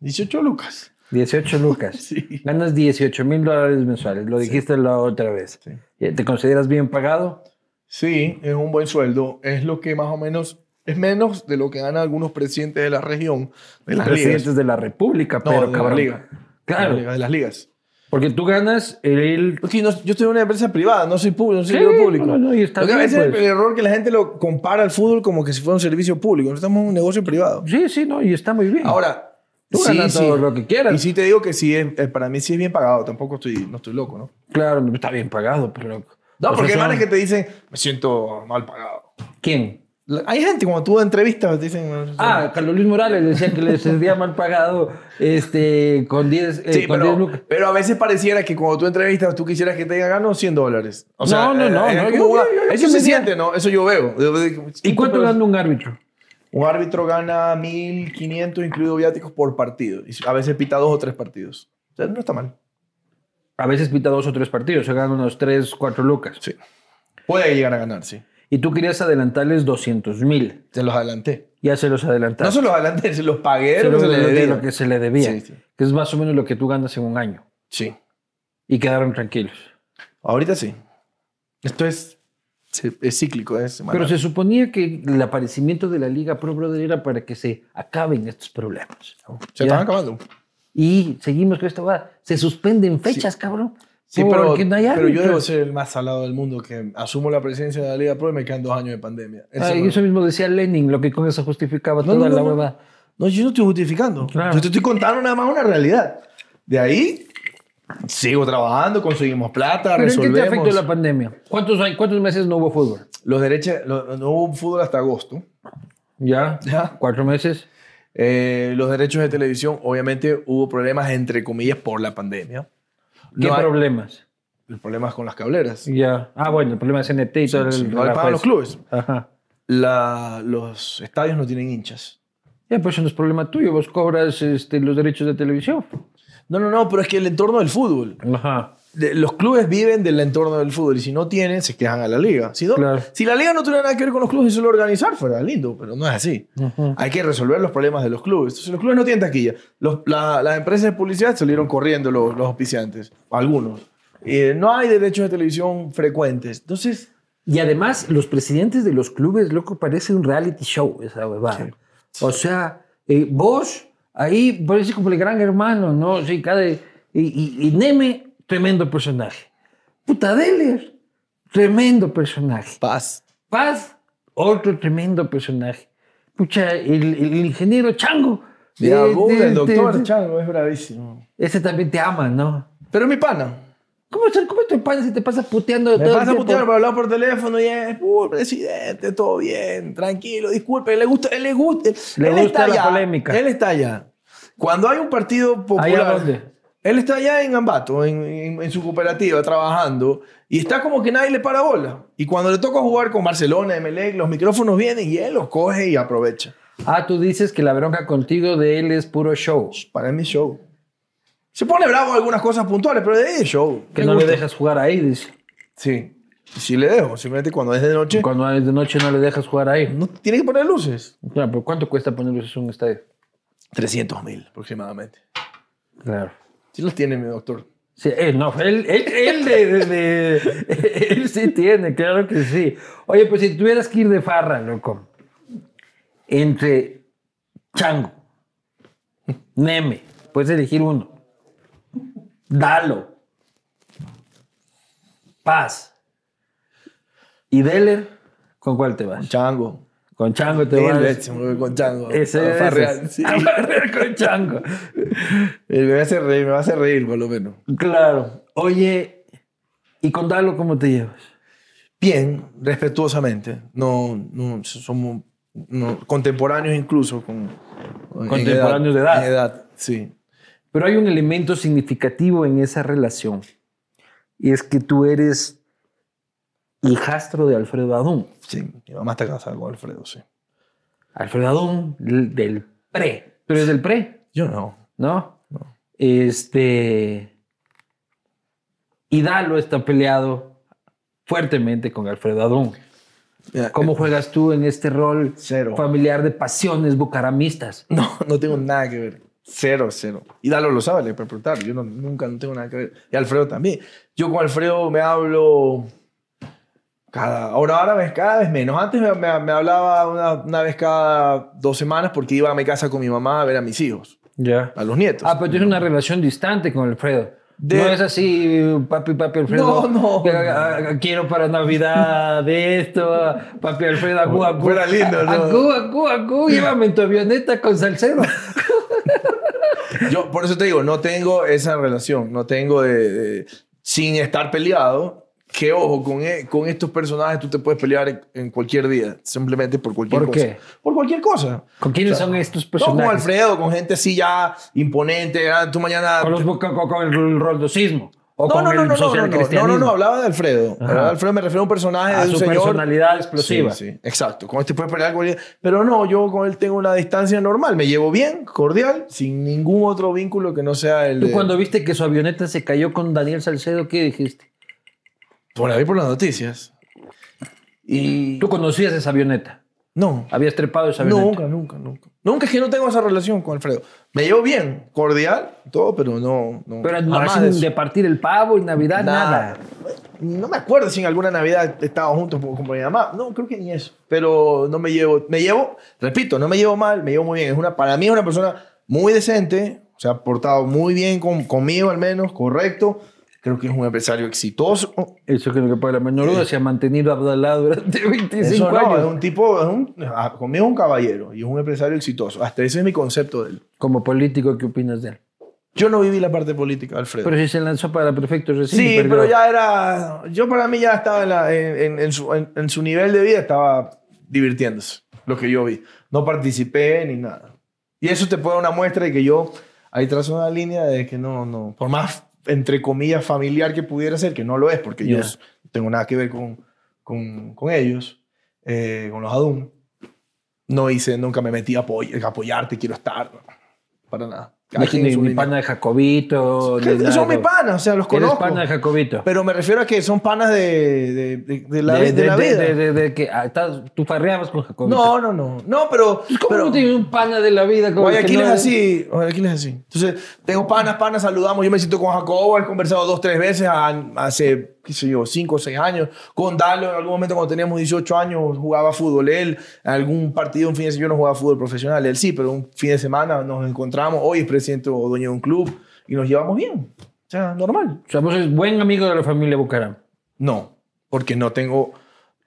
18 lucas.
18 lucas.
Sí.
Ganas 18 mil dólares mensuales, lo dijiste la otra vez. Eh,
Sí.
¿Te consideras bien pagado?
Sí, es un buen sueldo. Es lo que más o menos, es menos de lo que ganan algunos presidentes de la región, de las ligas.
Presidentes de la República,
No,
pero
de la
cabrón.
liga.
Claro.
de las ligas.
Porque tú ganas el.
Porque no- yo estoy en una empresa privada, no soy público, no soy
Sí,
dinero público.
no, no, y está
Lo que a
bien,
veces
pues.
el error que la gente lo compara al fútbol como que si fuera un servicio público. Nosotros estamos en un negocio privado.
Sí, sí, no, y está muy bien.
Ahora,
Tú ganas todo lo que quieras.
Y sí te digo que sí, es- eh, para mí sí es bien pagado. Tampoco estoy, no estoy loco, ¿no?
Claro, está bien pagado, pero.
No,
O sea,
porque hay
son-
manes que te dicen, me siento mal pagado.
¿Quién?
La- Hay gente cuando tú das entrevistas te dicen... "No, no sé".
Ah, Carlos Luis Morales decía que le sentía mal pagado este, con 10 eh,
Sí,
con 10
pero,
lucas.
pero a veces pareciera que cuando tú entrevistas tú quisieras que te digan gano 100 dólares. O sea,
No, no, no,
eh,
no,
es
yo-
como
yo-
una-
yo- yo
eso se
pensé-
siente, ¿no? Eso yo veo.
¿Y cuánto
Pero-
gana un árbitro?
Un árbitro gana 1.500, incluido viáticos, por partido. Y a veces pita dos o tres partidos. O sea, no está mal.
A veces pita dos o tres partidos, se gana unos tres, cuatro lucas.
Sí. Puede llegar a ganar, sí.
Y tú querías adelantarles 200 mil.
Se los adelanté.
Ya se los adelantaste.
No se los adelanté, se los pagué.
Se
lo
lo-
que se les
lo- de
debía.
lo que se le debía.
Sí, sí.
Que es más o menos lo que tú ganas en un año.
Sí.
Y quedaron tranquilos.
Ahorita sí. Esto es, sí, es cíclico, es semanal.
Pero se suponía que el aparecimiento de la Liga Pro Brother era para que se acaben estos problemas.
se
Ya.
están acabando.
Y seguimos con esta huevada. Se suspenden fechas, cabrón.
Sí, pero,
porque no hay
pero yo
árbitros.
debo ser el más salado del mundo que asumo la presidencia de la Liga Pro y me quedan dos años de pandemia. Eso
Ay,
no-
Ah, eso mismo decía Lenin, lo que con eso justificaba
No,
toda
no, no,
la
no.
huevada.
No, yo no estoy justificando.
Claro.
Yo te estoy contando nada más una realidad. De ahí sigo trabajando, conseguimos plata,
¿Pero en qué te
resolvemos.
afectó la pandemia? ¿Cuántos, hay- cuántos meses no hubo fútbol?
Los derechos, lo- no hubo fútbol hasta agosto.
¿Ya?
Ya.
¿Cuatro meses?
Eh, los derechos de televisión, obviamente hubo problemas entre comillas por la pandemia.
¿Qué
no hay-
problemas?
los problemas con las cableras.
Ya. Ah, bueno, el problema de CNT y todo
Sí,
el
no le pagan
relajo
los clubes.
ese. Ajá.
La- los estadios no tienen hinchas.
Ya, pues eso no es problema tuyo. Vos cobras este, los derechos de televisión.
No, no, no, pero es que el entorno del fútbol.
Ajá.
de- los clubes viven del entorno del fútbol y si no tienen, se quejan a la liga. Si, no-
Claro.
si la liga no tuviera nada que ver con los clubes y solo organizar, fuera lindo, pero no es así. Hay que resolver los problemas de los clubes. Entonces, los clubes no tienen taquilla. Los- la- las empresas de publicidad salieron corriendo los, los auspiciantes, algunos. Eh, no hay derechos de televisión frecuentes. Entonces,
Y además, los presidentes de los clubes, loco, parece un reality show esa huevada. O sea, eh, vos ahí parece como el gran hermano, ¿no? Sí, cada, y, y- y Neme, tremendo personaje. Puta Deller, tremendo personaje.
paz.
Paz, otro tremendo personaje. Pucha, el, el ingeniero Chango.
Y
eh,
aún
te-
el doctor
te-
Chango es bravísimo.
Ese también te ama, ¿no?
Pero es mi pana.
¿Cómo, es- cómo te pasa si te pasas puteando
Me
todo el
pasa
tiempo?
putear, pero hablar por teléfono y es, "Uh, presidente, todo bien, tranquilo, disculpe, le gusta, él le gusta, él,
Le
él
gusta
está
la
allá,
polémica.
Él está allá. Cuando hay un partido popular,
¿Allá dónde?
él está allá en Ambato, en, en- en su cooperativa, trabajando, y está como que nadie le para bola. Y cuando le toca jugar con Barcelona, Emelec, los micrófonos vienen y él los coge y aprovecha.
Ah, tú dices que la bronca contigo de él es puro show.
Para mí es show. Se pone bravo algunas cosas puntuales, pero de ahí es show.
Que
Me
no
gusta.
le dejas jugar ahí, dice.
Sí. Sí le dejo, simplemente cuando es de noche,
Cuando es de noche no le dejas jugar ahí.
no tiene que poner luces.
Claro, pero ¿cuánto cuesta poner luces en un estadio?
300 mil aproximadamente.
Claro.
Sí los tiene mi doctor.
Sí, él no, él, él, él, de- de- de- él sí tiene, claro que sí. Oye, pues si tuvieras que ir de farra, loco, entre Chango, Neme, puedes elegir uno, Dalo, Paz y Deller, ¿con cuál te vas?
Chango.
Con Chango te
Él
vas.
se mueve con Chango. Ah,
Ese
A farrear,
es.
sí.
A farrear con Chango.
Eh, Me hace reír, me hace reír por lo menos.
Claro. Oye, ¿y con Dalo cómo te llevas?
Bien, respetuosamente. No, no, somos no, contemporáneos incluso. Con, en
Contemporáneos de edad.
En edad, sí.
Pero hay un elemento significativo en esa relación. Y es que tú eres hijastro de Alfredo Adún.
Sí, mi mamá está casada con Alfredo, sí.
Alfredo Adún l- del PRE. Tú eres del PRE,
Yo no.
¿no? Este. Y Dalo está peleado fuertemente con Alfredo Adún.
Mira,
¿Cómo juegas tú en este rol
Cero.
familiar de pasiones bucaramistas?
No, no tengo nada que ver. Cero, cero. Y Dalo lo sabe, le puede preguntar. Yo no- nunca no tengo nada que ver. Y Alfredo también. Yo con Alfredo me hablo cada, ahora, ahora vez, cada vez menos. Antes me, me- me hablaba una, una vez cada dos semanas porque iba a mi casa con mi mamá a ver a mis hijos.
Ya.
a los nietos.
Ah, pero tienes una relación distante con Alfredo.
De-
No es así, papi, papi, Alfredo.
No, no.
que, ah, ah, Quiero para Navidad esto, ah, papi, Alfredo, agú, agú.
Fuera lindo, ¿no?
Agú, agú, agú, llévame en tu avioneta con Salcedo.
Yo por eso te digo, no tengo esa relación, no tengo de, de- sin estar peleado. Que ojo, con, e- con estos personajes tú te puedes pelear en, en cualquier día, simplemente por cualquier
¿Por
cosa.
qué?
Por cualquier cosa.
¿Con quiénes
O sea,
son estos
No,
personajes?
con Alfredo, con gente así ya imponente, ya tú mañana...
¿Con, los, con, con- con el roldocismo? ¿O
no,
con
no,
el
no, no, no, no, no, no,
socialcristianismo?
no, no, hablaba de Alfredo.
Ajá.
Hablaba de Alfredo me refiero a un personaje
A
de un
su
señor-
personalidad explosiva.
Sí, sí, exacto. Con este puedes pelear con cualquier- Pero no, yo con él tengo una distancia normal. Me llevo bien, cordial, sin ningún otro vínculo que no sea el
¿Tú
de...
cuando viste que su avioneta se cayó con Daniel Salcedo, qué dijiste?
Por ahí por las noticias. Y...
¿Tú conocías esa avioneta?
No.
¿Habías trepado esa avioneta?
Nunca, nunca, nunca. Nunca es que no tengo esa relación con Alfredo. Me llevo bien, cordial, todo, pero no... no
Pero
jamás
nomás
de
de,
eso.
partir el pavo y Navidad, nada.
No me acuerdo si en alguna Navidad estábamos juntos con, con mi mamá. No, creo que ni eso. Pero no me llevo, me llevo, repito, no me llevo mal, me llevo muy bien. Es una, para mí es una persona muy decente, o sea, ha portado muy bien con- conmigo al menos, correcto. Creo que es un empresario exitoso.
Eso creo que para la menor duda se ha mantenido Abdalá durante 25
Eso no, es
años.
un tipo, es un, ah, conmigo es un caballero y es un empresario exitoso. Hasta ese es mi concepto de él.
Como político, ¿qué opinas de él?
Yo no viví la parte política, Alfredo.
Pero si se lanzó para prefecto recién. y
Sí,
perdió.
pero ya era. Yo para mí ya estaba en, la- en- en- en su, en- en su nivel de vida, estaba divirtiéndose, lo que yo vi. No participé ni nada. Y eso te puede dar una muestra de que yo ahí trazo una línea de que no, no. Por más, entre comillas, familiar que pudiera ser, que no lo es, porque
Ya.
yo no tengo nada que ver con, con, con ellos, eh, con los Adum. No hice, nunca me metí a apoy- a apoyarte, quiero estar. no, para nada.
No
Cada quien
tiene
en
ni,
su línea.
pana de Jacobito. ni
Que
nada.
Son mis panas, o sea, los
Eres
conozco.
pana de Jacobito.
Pero me refiero a que son panas de, de, de- de la,
de,
de la
de-
vida.
de- de- de que ah, estás- tú farreabas con Jacobito.
no, no, no. No, pero.
¿Cómo
pero
no tienes un pana de la vida? como
Guayaquil
que no-
es así. Guayaquil es así. Entonces, tengo panas, panas, saludamos. Yo me siento con Jacobo, he conversado dos, tres veces a- hace, qué sé yo, cinco o seis años. Con Dalo, en algún momento cuando teníamos 18 años, jugaba fútbol. Él, algún partido, un fin de semana, yo no jugaba fútbol profesional. Él sí, pero un fin de semana nos encontramos. Hoy es presidente o dueño de un club y nos llevamos bien. O sea, normal.
O sea, vos eres buen amigo de la familia Bucaram.
No, porque no tengo.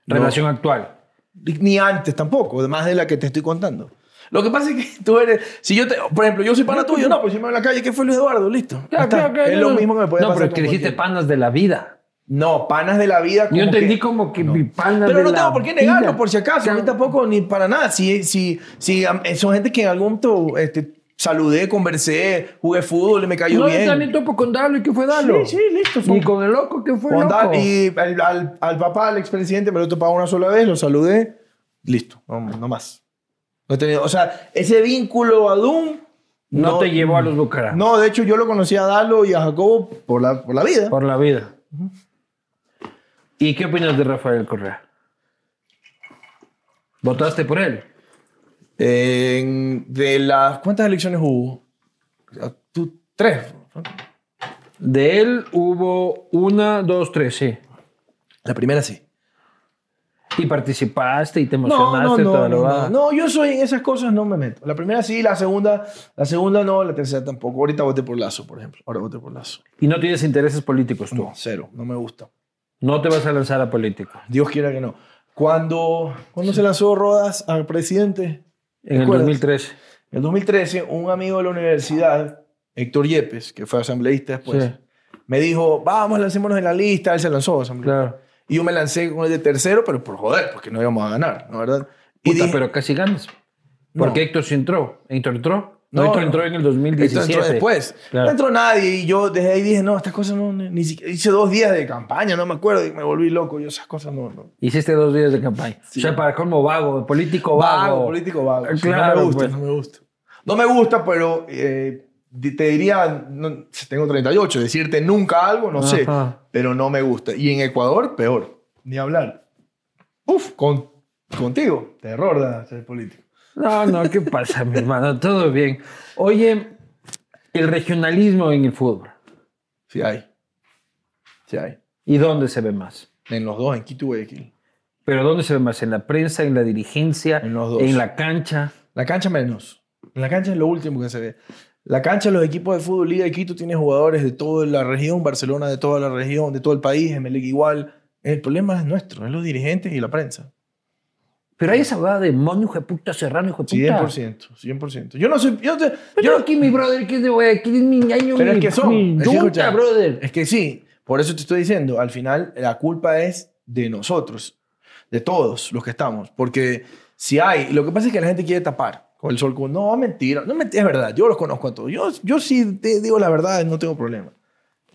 no-
Relación actual.
ni antes tampoco, además de la que te estoy contando. Lo que pasa es que tú eres, si yo te, por ejemplo, yo soy pana tuyo, no, pues si me voy a la calle, ¿qué fue Luis Eduardo? Listo. Ya
Claro,
está.
claro, claro,
es
no,
lo
no.
mismo que me puede
No,
pasar.
pero es que
con
dijiste
cualquier-
panas de la vida.
No, panas de la vida. como
Yo entendí
que-
como que
No.
mi pana
Pero
de
no
la
tengo por qué
vida.
negarlo, por si acaso, a mí
Claro.
tampoco, ni para nada. Si, si, si am- son gente que en algún momento este, saludé, conversé, jugué fútbol y me cayó
No, yo
bien.
también topo con Dalo y que fue Dalo.
Sí, sí, listo, fue
Y
un-
con el loco que fue
Con
loco.
tal- y al, al- al papá, al expresidente, me lo he topado una sola vez, lo saludé, listo, no, no más. No he tenido, o sea, ese vínculo a Doom
no, te llevó a los Bucaram.
mm, No, de hecho yo lo conocí a Dalo y a Jacobo por la, por la vida.
Por la vida. ¿Y qué opinas de Rafael Correa? ¿Votaste por él?
En- de las ¿cuántas elecciones hubo? Tú, tres.
De él hubo una, dos, tres, sí.
La primera sí.
Y participaste y te
No, no,
emocionaste. toda la
no, no,
huevada.
no, no, yo soy en esas cosas no me meto. La primera sí, la segunda, la segunda no, la tercera tampoco. Ahorita voté por Lazo, por ejemplo. Ahora voté por Lazo.
Y no tienes intereses políticos tú.
No, cero, no me gusta.
No te vas a lanzar a político.
Dios quiera que no. Cuando, cuando se lanzó Rodas al presidente,
En el
¿Recuerdas?
2013.
en el 2013, un amigo de la universidad, Héctor Yepes, que fue asambleísta después,
Sí.
me dijo, vamos, lancémonos en la lista. Él se lanzó asambleísta.
Claro.
Y yo me lancé con el de tercero, pero por joder, porque no íbamos a ganar, ¿no verdad? Y
Puta,
dije-
pero casi ganas. Porque
No.
Héctor sí entró. Héctor entró. No,
No,
Héctor
no.
entró en el
Esto
2017.
entró después.
Claro.
No entró nadie y yo desde ahí dije, no, estas cosas no, ni ni siquiera, hice dos días de campaña, no me acuerdo, y me volví loco, yo esas cosas no, no.
Hiciste dos días de campaña. O sea, para colmo vago, político vago.
político vago. Sí,
Claro,
no me gusta,
pues.
no me gusta. No me gusta, pero eh, di- te diría, no, si tengo 38, decirte nunca algo, no sé,
Ajá.
pero no me gusta. Y en Ecuador, peor, ni hablar. Uf, con, contigo, terror de ser político.
No, no, ¿qué pasa, mi hermano? Todo bien. Oye, el regionalismo en el fútbol.
Sí hay, sí hay.
¿Y dónde se ve más?
En los dos, en Quito y Guayaquil.
¿Pero dónde se ve más? ¿En la prensa, en la dirigencia,
En los dos.
en la cancha?
La cancha menos. En la cancha es lo último que se ve. La cancha de los equipos de fútbol Liga de Quito tiene jugadores de toda la región, Barcelona de toda la región, de todo el país, MLEG igual. El problema es nuestro, es los dirigentes y la prensa.
Pero hay esa hueá de mono, hijo de puta, serrano, hijo de puta.
100%, 100%. Yo no soy... Yo te-
Pero
yo-
aquí mi brother, que es de aquí es mi ñaño,
Pero
mi,
es que son.
mi
es que
yunta,
escucha,
brother.
Es que sí, por eso te estoy diciendo, al final la culpa es de nosotros, de todos los que estamos, porque si hay, lo que pasa es que la gente quiere tapar con el sol, con, no, mentira, no mentira, es verdad, yo los conozco a todos, yo, yo sí te digo la verdad, no tengo problema.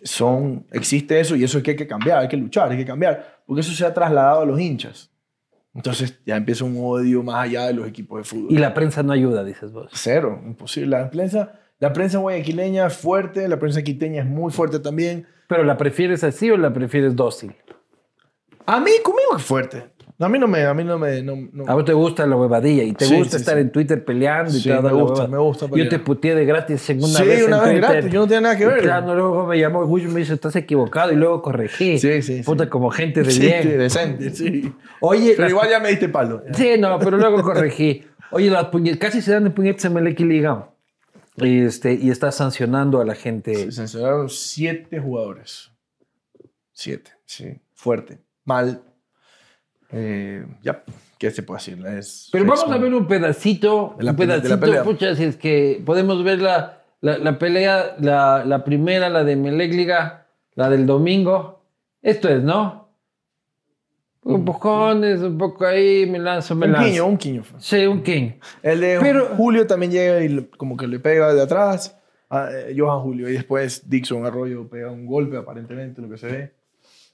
Son, existe eso y eso es que hay que cambiar, hay que luchar, hay que cambiar, porque eso se ha trasladado a los hinchas. Entonces ya empieza un odio más allá de los equipos de fútbol.
Y la prensa no ayuda, dices vos.
Cero, imposible. La prensa, la prensa guayaquileña es fuerte, la prensa quiteña es muy fuerte también.
¿Pero la prefieres así o la prefieres dócil?
A mí, conmigo es fuerte. A mí no me... A mí no me... No, no.
A vos te gusta la huevadilla y te
Sí,
gusta
sí,
estar
sí.
en Twitter peleando y
Sí,
te va a dar
me
la
gusta,
huevada.
me gusta
Yo
pelear.
te puteé de gratis en una
Sí,
vez.
una
en
vez
Twitter.
gratis, yo no tenía nada que ver.
Y Claro, luego me llamó Gucho y me dice, estás equivocado y luego corregí.
Sí, sí, sí.
Puta, como gente de
Sí,
bien.
sí, decente, sí.
Oye,
Pero
las-
igual ya me diste palo.
Sí, no, pero luego corregí. Oye, las puñe- casi se dan de puñetes en Melec y Liga. Y, este, y está sancionando a la gente.
Se sancionaron siete jugadores. Siete, sí. Fuerte. Mal. Eh, ya, ¿qué se puede decir? Es-
Pero
es
vamos
un-
a ver un pedacito,
De la
un
pe- de la
pedacito,
pelea.
pucha, si es que podemos ver la, la, la pelea, la, la primera, la de Melec Liga, la del domingo. Esto es, ¿no? Un pocones, un poco ahí, me lanzo, me
Mm. Un
lanzo.
quiño, un quiño.
Sí, un king.
El de
Pero-
Julio también llega y le- como que le pega de atrás. a eh, Johan Julio. Y después Dixon Arroyo pega un golpe, aparentemente, lo que se ve.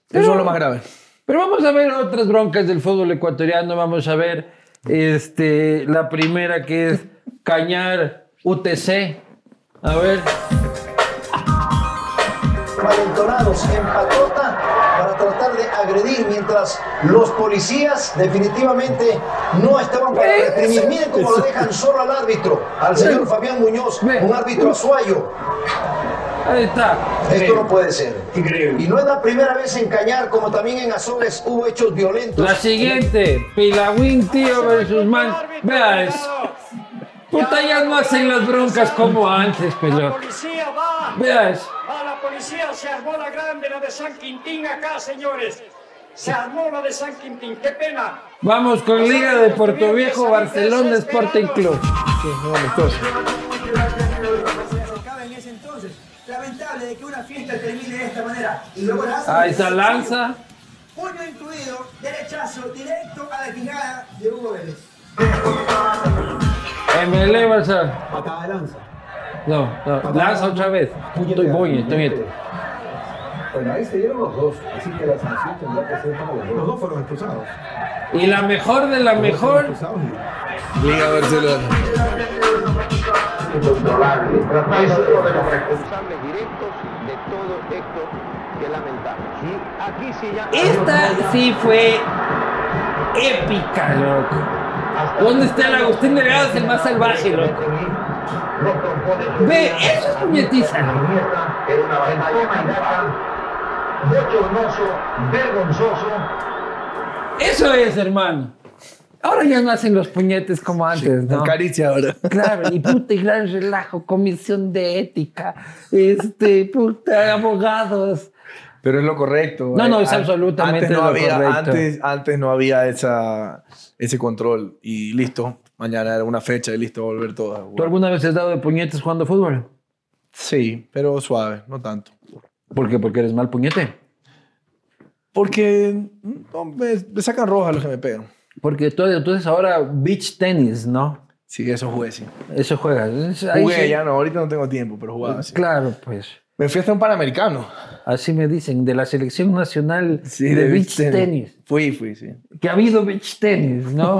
Pero-
Eso es lo más grave.
Pero vamos a ver otras broncas del fútbol ecuatoriano. Vamos a ver este, la primera que es Cañar UTC. A ver.
malentonados en patota para tratar de agredir mientras los policías definitivamente no estaban para
Eh,
reprimir. Miren cómo lo dejan solo al árbitro, al señor Fabián Muñoz,
Ve.
un árbitro azuayo.
Ahí está.
Esto no puede ser. Increíble. Y no es la primera vez en Cañar, como también en Azogues hubo hechos violentos.
La siguiente. Pilawin tío versus man. Vea eso. Puta, ya no hacen las broncas como antes,
La
pelota.
policía va,
Vea eso.
a la policía se armó la grande, la de San Quintín acá, señores. Se armó la de San Quintín, qué pena.
Vamos con Liga de Puerto Viejo, Barcelona Sporting Club.
tocaba en ese entonces. Lamentable de que una fiesta termine de esta manera y luego la hacen
Ahí está
de
Lanza.
Puño incluido, derechazo directo a la quijada de Hugo Vélez.
ML Barça. No, no. Lanza otra vez. Estoy buñe, estoy bien.
Bueno, ahí se dieron los dos, así que la sanción tendrá que ser para los dos. Los dos fueron expulsados.
Y la mejor de la mejor.
Expulsados y-
Liga Barcelona.
Esta sí fue épica, loco. ¿Dónde está el Agustín Delgado? Es el más salvaje, loco. Ve, eso es puñetiza. Eso es, hermano. Ahora ya no hacen los puñetes como antes, ¿no?
Caricia ahora.
Claro, y puta, y gran relajo, comisión de ética, este, puta, abogados.
Pero es lo correcto.
No, no,
Eh,
es
an-
absolutamente
antes no
lo
había,
correcto.
Antes, antes no había esa, ese control y listo. Mañana era una fecha y listo, volver todo.
¿Tú alguna vez has dado de puñetes jugando fútbol?
Sí, pero suave, no tanto.
¿Por qué? Porque eres mal puñete.
Porque mm, no, me, me sacan roja los que me pegan.
Porque tú, entonces ahora beach tenis, ¿no?
Sí, eso jugué, sí.
Eso juegas. Es- ahí
Jugué,
sí.
ya no, ahorita no tengo tiempo, pero jugaba sí.
Claro, pues.
Me fui hasta un Panamericano.
Así me dicen, de la selección nacional de, beach tenis.
Este, Fui, fui, sí.
Que ha habido beach tenis, ¿no?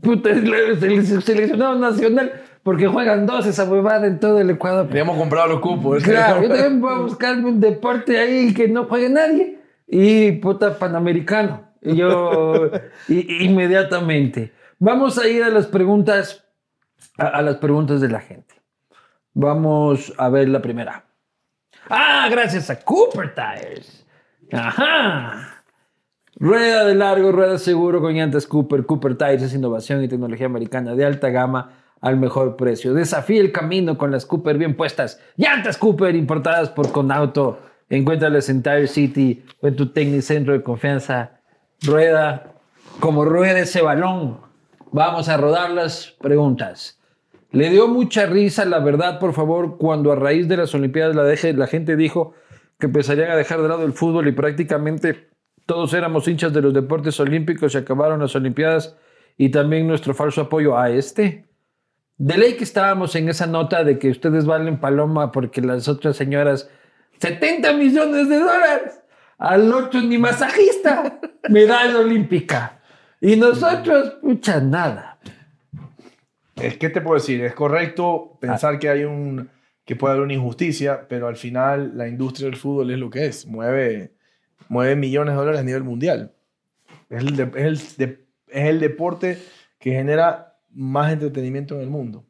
Puta, es la- se- se- seleccionado nacional, porque juegan dos esa huevada en todo el Ecuador.
Habíamos comprado los cupos.
Claro, yo también voy a buscarme un deporte ahí que no juegue nadie. Y puta panamericano. Y Yo i- inmediatamente. Vamos a ir a las preguntas, a, a las preguntas de la gente. Vamos a ver la primera. Ah, gracias a Cooper Tires. Ajá. Rueda de largo, rueda seguro con llantas Cooper. Cooper Tires es innovación y tecnología americana de alta gama al mejor precio. Desafía el camino con las Cooper bien puestas. Llantas Cooper importadas por Conauto. Encuéntralas en Tire City o en tu Tecnicentro de confianza. Rueda como ruede ese balón. Vamos a rodar las preguntas. Le dio mucha risa, la verdad, por favor, cuando a raíz de las Olimpiadas la, deje- la gente dijo que empezarían a dejar de lado el fútbol y prácticamente todos éramos hinchas de los deportes olímpicos y acabaron las Olimpiadas y también nuestro falso apoyo a este. De ley que estábamos en esa nota de que ustedes valen paloma porque las otras señoras, 70 millones de dólares, al otro ni masajista, medalla olímpica. Y nosotros, pucha, nada.
Es que te puedo decir, es correcto
Ah.
pensar que hay un que puede haber una injusticia, pero al final la industria del fútbol es lo que es, mueve, mueve millones de dólares a nivel mundial. Es el, de- es el de- es el deporte que genera más entretenimiento en el mundo.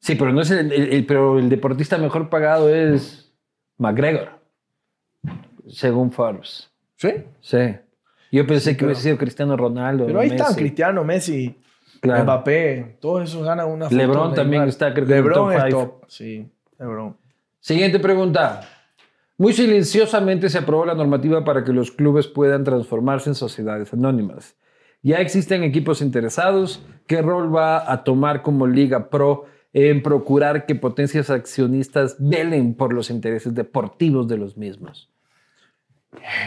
Sí, pero no es el, el- el- pero el deportista mejor pagado es McGregor, según Forbes.
Sí,
Sí. Yo pensé que
pero-
hubiese sido Cristiano Ronaldo.
pero ahí
Messi.
están Cristiano, Messi,
Claro.
Mbappé, todos esos ganan una
LeBron
fortuna,
también
Neymar.
está, creo que en el top
LeBron es
five.
top, sí, LeBron.
Siguiente pregunta. Muy silenciosamente se aprobó la normativa para que los clubes puedan transformarse en sociedades anónimas. Ya existen equipos interesados. ¿Qué rol va a tomar como Liga Pro en procurar que potencias accionistas velen por los intereses deportivos de los mismos?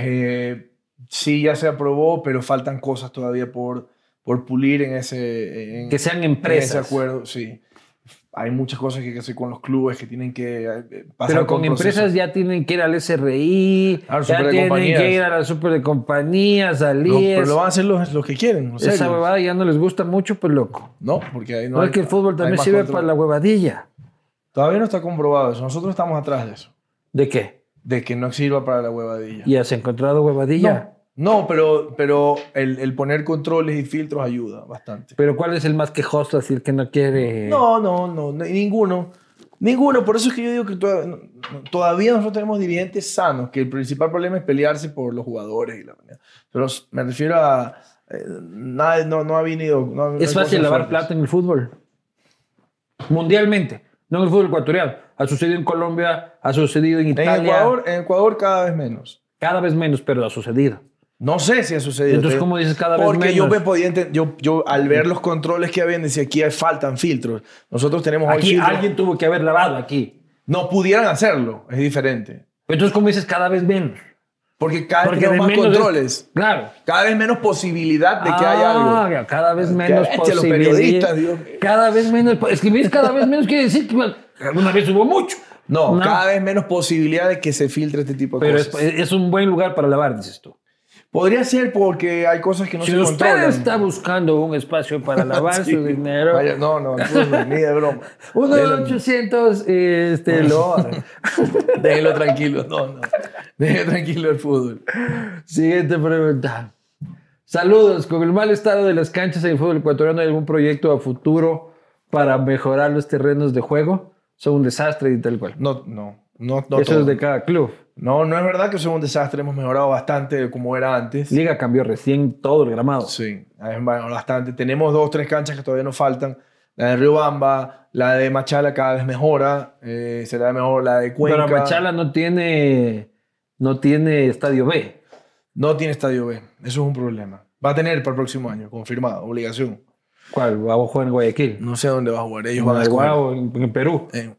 Eh, sí, ya se aprobó, pero faltan cosas todavía por, por pulir en ese, en,
Que sean
en ese
empresas.
acuerdo. Sí, hay muchas cosas que hay que hacer con los clubes que tienen que eh, pasar.
Pero con
por proceso.
empresas ya tienen que ir al SRI,
A la super
ya
de
tienen
compañías.
que ir a la super de compañías, al
Lo- pero
IES.
lo van a hacer los, los que quieren. los
Esa
serios.
huevada ya no les gusta mucho, pues loco.
No, porque ahí no.
No
hay-
es que el fútbol
hay
también
más
sirve
control.
para la huevadilla.
Todavía no está comprobado eso. Nosotros estamos atrás de eso,
¿De qué?
de que no sirva para la huevadilla.
¿Y has encontrado huevadilla?
No, pero, pero el, el poner controles y filtros ayuda bastante.
Pero ¿cuál es el más quejoso? Así el que no quiere.
No, no, no, no, ninguno. Ninguno, por eso es que yo digo que toda- no, no, todavía nosotros tenemos dirigentes sanos, que el principal problema es pelearse por los jugadores y la manera. Pero s- me refiero a... eh, nada, no, no ha venido... no ha- no hay
Es fácil
cosas
lavar
fuertes.
plata en el fútbol. Mundialmente. No en el fútbol ecuatoriano. Ha sucedido en Colombia, ha sucedido en Italia.
En Ecuador, en Ecuador cada vez menos.
Cada vez menos, pero ha sucedido.
No sé si ha sucedido.
Entonces,
te-
¿cómo dices cada vez
Porque yo
menos?
me podía entender, yo, yo al ver los controles que habían, decía, aquí faltan filtros. Nosotros tenemos hoy
Aquí
filtros.
alguien tuvo que haber lavado aquí.
No pudieran hacerlo, es diferente.
Entonces, ¿cómo dices cada vez menos?
Porque cada vez
Porque de
tenemos más
menos es-
controles.
Claro.
Cada vez menos posibilidad de que haya
Ah,
algo.
Cada vez menos
bestia, los
posibilidad.
periodistas, Dios mío.
Cada vez menos. Escribir cada vez menos quiere decir que alguna vez hubo mucho.
No, cada vez menos posibilidad de que se filtre este tipo de
Pero es,
cosas.
es un buen lugar para lavar, dices tú.
Podría ser porque hay cosas que no
si
se
usted
controlan.
está buscando un espacio para lavar
Sí.
su dinero,
Vaya, no, no, no, ni de broma.
1
Déjenlo-
800 este, lo...
Déjenlo tranquilo, no, no. Déjenlo tranquilo el fútbol.
Siguiente pregunta. Saludos. Con el mal estado de las canchas en el fútbol ecuatoriano, ¿hay algún proyecto a futuro para mejorar los terrenos de juego? Son un desastre y tal cual.
No, no, no, no.
Eso
todo.
es de cada club.
No, no es verdad que somos un desastre. Hemos mejorado bastante de como era antes.
Liga cambió recién todo el gramado.
Sí, es bastante. Tenemos dos, tres canchas que todavía nos faltan. La de Riobamba, la de Machala cada vez mejora. eh, será mejor la de Cuenca.
Pero Machala no tiene, no tiene estadio B.
No tiene estadio B. Eso es un problema. Va a tener para el próximo año, confirmado, obligación.
¿Cuál? Va a jugar en Guayaquil.
No sé dónde va a jugar. Ellos
En
van a escoger.
Guau, en, en Perú.
En,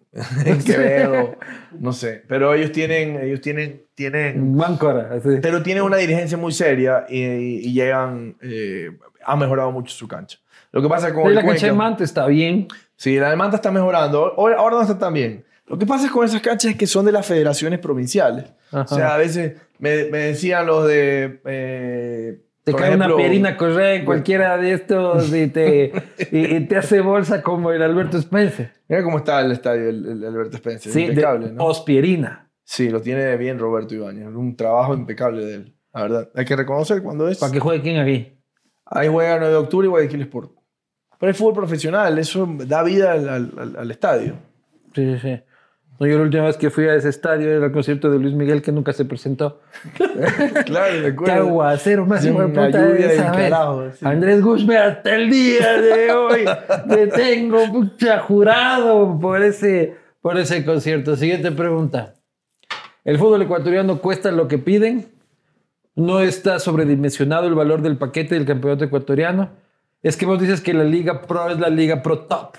en Quevedo, no sé. Pero ellos tienen, ellos tienen, tienen.
En Máncora. así.
Pero tienen una dirigencia muy seria y, y llegan. eh, ha mejorado mucho su cancha. Lo que pasa con
Sí,
el
la cancha de
Cuenca-
Mante está bien.
Sí, la demanda está mejorando. Ahora, ahora no está tan bien. Lo que pasa es con esas canchas es que son de las federaciones provinciales.
Ajá.
O sea, a veces me, me decían los de. eh,
Te
por
cae una
ejemplo,
pierina correa en cualquiera de estos y te, y, y te hace bolsa como el Alberto Spencer.
Mira cómo está el estadio, el, el Alberto Spencer.
Sí,
impecable,
de
¿no?
Ospierina.
Sí, lo tiene bien Roberto Ibáñez. Un trabajo impecable de él. La verdad. Hay que reconocer cuando es.
¿Para que juegue quién aquí?
Ahí juega 9 de octubre y Guayaquil Sport. Pero es fútbol profesional. Eso da vida al, al- al- al estadio.
Sí, sí, sí. No, yo la última vez que fui a ese estadio era el concierto de Luis Miguel que nunca se presentó.
Claro, de
Qué
acuerdo.
aguacero más
Sí,
hijo de
una
puta de
lluvia
esa
del
vez.
carajo, sí.
Andrés Guzmán, hasta el día de hoy te tengo pucha, jurado por ese, por ese concierto. Siguiente pregunta. ¿El fútbol ecuatoriano cuesta lo que piden? ¿No está sobredimensionado el valor del paquete del campeonato ecuatoriano? Es que vos dices que la Liga Pro es la Liga Pro Top.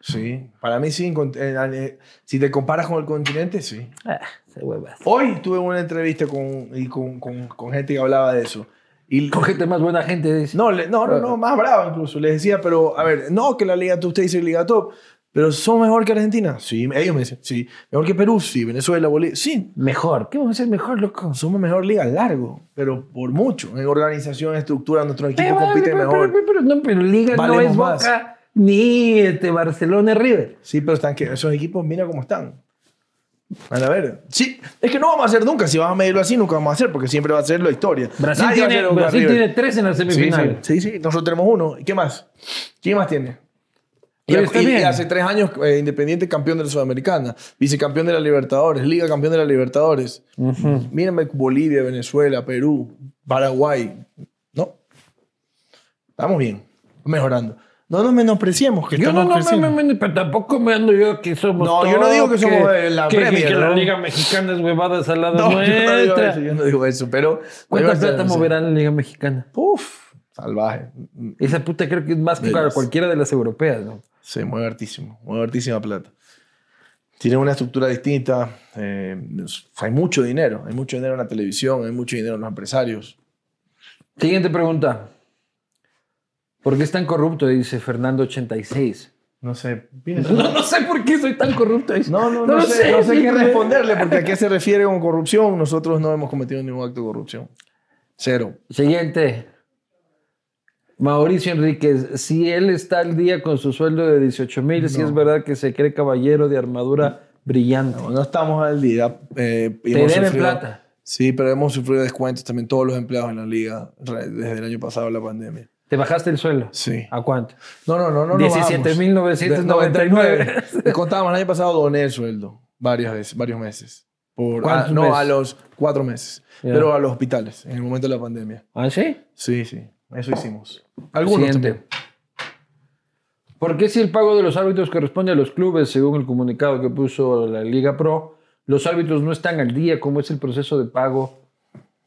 Sí, para mí sí. en cont- en- en- eh, Si te comparas con el continente, sí.
Ah, se huevas.
Hoy tuve una entrevista con, y con, con- con gente que hablaba de eso. Y
Cógete más buena gente. dice.
No, le- no, no, no, más bravo incluso. Les decía, pero a ver, no que la Liga Top, usted dice Liga Top, pero ¿son mejor que Argentina? Sí, ellos me dicen, sí. ¿Mejor que Perú? Sí. ¿Venezuela, Bolivia? Sí.
Mejor. ¿Qué vamos a hacer mejor, loco?
Somos mejor liga largo, pero por mucho. En organización, estructura, nuestro equipo compite
pero,
mejor.
Pero, pero- no, pero Liga no
Valemos
es
más.
Boca ni este Barcelona es River.
Sí, pero están que esos equipos, mira cómo están. Van a ver. Sí, es que no vamos a hacer nunca. Si vas a medirlo así, nunca vamos a hacer, porque siempre va a ser la historia.
Brasil,
Nadie va a
tiene,
hacer un
Brasil
River.
tiene tres en la
Sí,
semifinal.
sí, sí, sí, nosotros tenemos uno. ¿Y qué más? ¿Quién más tiene? Y,
Pero está
y- y
bien.
hace tres años, eh, Independiente campeón de la Sudamericana, vicecampeón de la Libertadores, Liga campeón de la Libertadores. Mírenme Bolivia, Venezuela, Perú, Paraguay. No. Estamos bien, mejorando. No nos menospreciemos, que
Yo no,
estamos
no, me,
creciendo.
me- me- pero tampoco me ando yo que somos
No, yo no
top,
digo que somos, eh, la
que, que-
Premier,
que la
¿no?
Liga Mexicana es huevada salada
No, yo no digo
nuestra.
eso, yo no digo eso, pero...
¿Cuánta plata moverán la Liga Mexicana?
Uf, salvaje.
Esa puta creo que es más que
Velas.
cualquiera de las europeas, ¿no?
Se mueve hartísimo, mueve hartísima plata. Tiene una estructura distinta, eh, es- hay mucho dinero, hay mucho dinero en la televisión, hay mucho dinero en los empresarios.
Siguiente pregunta. ¿Por qué es tan corrupto? Dice Fernando 86.
No sé,
No, no sé por qué soy tan corrupto. dice.
no, no, no
lo
sé, no sé qué
dime.
responderle, porque a qué se refiere con corrupción, nosotros no hemos cometido ningún acto de corrupción. Cero.
Siguiente. Mauricio Enríquez, si él está al día con su sueldo de 18 mil, si es verdad que se cree caballero de armadura brillante.
No, no estamos al día. eh, y
Te
hemos
deben
sufrido-
plata.
Sí, pero hemos sufrido descuentos también todos los empleados en la liga re- desde el año pasado, la pandemia.
¿Te bajaste el sueldo?
Sí.
¿A cuánto?
No, no, no, no.
17,999.
Les contábamos, el año pasado doné el sueldo varias veces, varios meses. Por,
¿Cuántos
ah, no,
meses?
a los cuatro meses.
Ya.
Pero a los hospitales, en el momento de la pandemia.
¿Ah, sí?
Sí, sí. Eso hicimos. Algunos
Siguiente.
también.
¿Por qué si el pago de los árbitros corresponde a los clubes, según el comunicado que puso la Liga Pro, los árbitros no están al día? ¿Cómo es el proceso de pago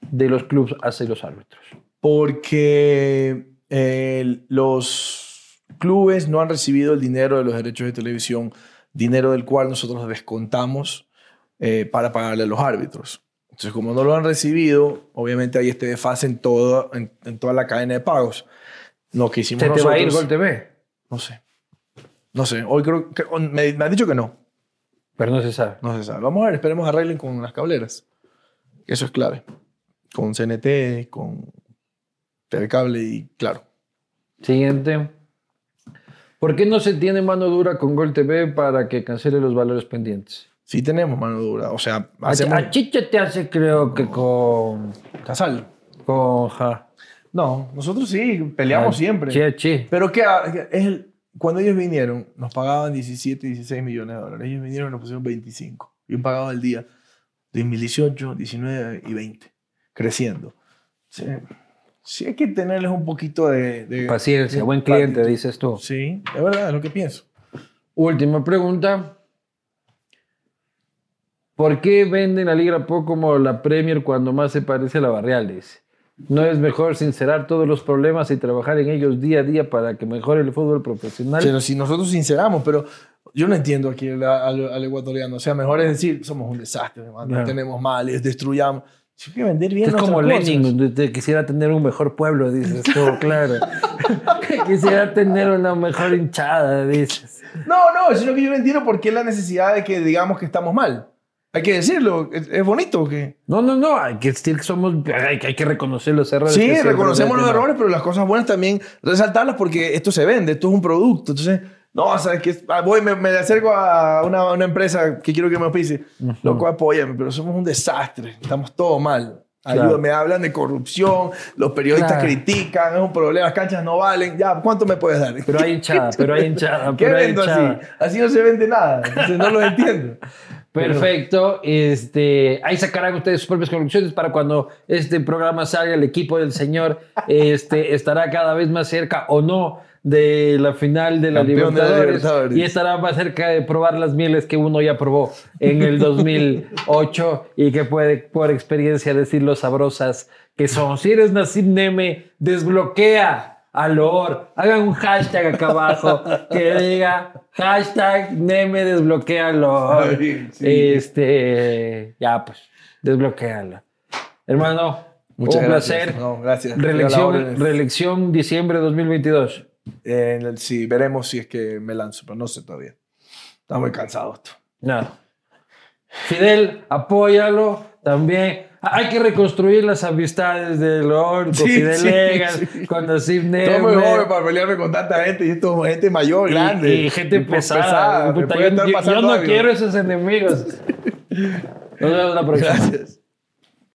de los clubes hacia los árbitros?
Pues Porque eh, los clubes no han recibido el dinero de los derechos de televisión, dinero del cual nosotros descontamos eh, para pagarle a los árbitros. Entonces, como no lo han recibido, obviamente hay este desfase en, todo, en, en toda la cadena de pagos. Lo que hicimos
¿Se te va
nosotros...
a ir Gol TV?
No sé. No sé. Hoy creo que... Me, me han dicho que no.
Pero no se sabe.
No se sabe. Vamos a ver, esperemos arreglen con las cableras. Eso es clave. Con CNT, con Telecable y claro.
Siguiente. ¿Por qué no se tiene mano dura con Gol TV para que cancele los valores pendientes?
Sí tenemos mano dura. O sea,
A,
hacemos...
a Chicha te hace creo que con...
ah, Casal.
con ja.
No, nosotros sí, peleamos
Ah,
siempre.
Chi, chi.
Pero que es el- cuando ellos vinieron, nos pagaban 17, 16 millones de dólares. Ellos vinieron y nos pusieron 25. Y han pagado al día 2018, 19 y 20. Creciendo. Sí, sí hay que tenerles un poquito de... de-
Paciencia,
de
buen cliente,
platitud.
dices tú.
Sí, es verdad, es lo que pienso.
Última pregunta. ¿Por qué venden la Liga Pro como la Premier cuando más se parece a la Barreal? Dice. ¿No es mejor sincerar todos los problemas y trabajar en ellos día a día para que mejore el fútbol profesional?
Pero si nosotros sinceramos, pero yo no entiendo aquí al, al- al ecuatoriano. O sea, mejor es decir, somos un desastre, hermano,
Claro.
no tenemos males, destruyamos. Si hay que vender bien
Es como
nuestras cosas.
Lenin, de- de- quisiera tener un mejor pueblo, dices tú, claro. quisiera tener una mejor hinchada, dices.
No, no, sino que yo no entiendo por qué la necesidad de que digamos que estamos mal. Hay que decirlo, es, es bonito que...
No, no, no, hay que decir que somos, hay, que- hay que reconocer los errores. que
Sí,
siempre
reconocemos los
cometemos.
errores, pero las cosas buenas también resaltarlas porque esto se vende, esto es un producto. Entonces, no, sabes que ah, voy, me, me acerco a una, una empresa que quiero que me auspice. Loco, apóyame, pero somos un desastre, estamos todo mal.
Claro.
Ayúdame, hablan de corrupción, los periodistas
Claro.
critican, es un problema, las canchas no valen. Ya, ¿cuánto me puedes dar?
Pero hay hinchada, pero hay hinchada,
¿Qué
pero hay
vendo así?
hinchada.
Así no se vende nada. Entonces no los entiendo.
Perfecto. Este, ahí sacarán ustedes sus propias conclusiones para cuando este programa salga, el equipo del señor este, estará cada vez más cerca o no de la final de la
Campeón de la
Libertadores,
Libertadores.
y estará más cerca de probar las mieles que uno ya probó en el 2008 y que puede por experiencia decir lo sabrosas que son. Si eres Nasib Neme, desbloquea al OR, hagan un hashtag acá abajo que diga hashtag Neme desbloquea al OR.
Ay, sí.
Este, ya pues, desbloqueala. Hermano,
Muchas
un
gracias.
placer.
No, gracias. Yo a la
Reelección,
orden.
reelección diciembre de 2022.
En el- sí, veremos si es que me lanzo, pero no sé todavía. Está muy cansado esto.
Nada. Fidel, apóyalo también. Hay que reconstruir las amistades del Orco,
Sí,
Fidel
sí,
Egas,
sí.
con Nasib
Todo muy joven
Neme.
para pelearme con tanta gente y esto es gente mayor,
Eh, Y,
grande.
y gente
pues,
pesada.
pesada, me
Puta, yo
puede estar
yo- yo
pasando
no
algo.
quiero esos enemigos. Nos vemos la próxima.
Gracias.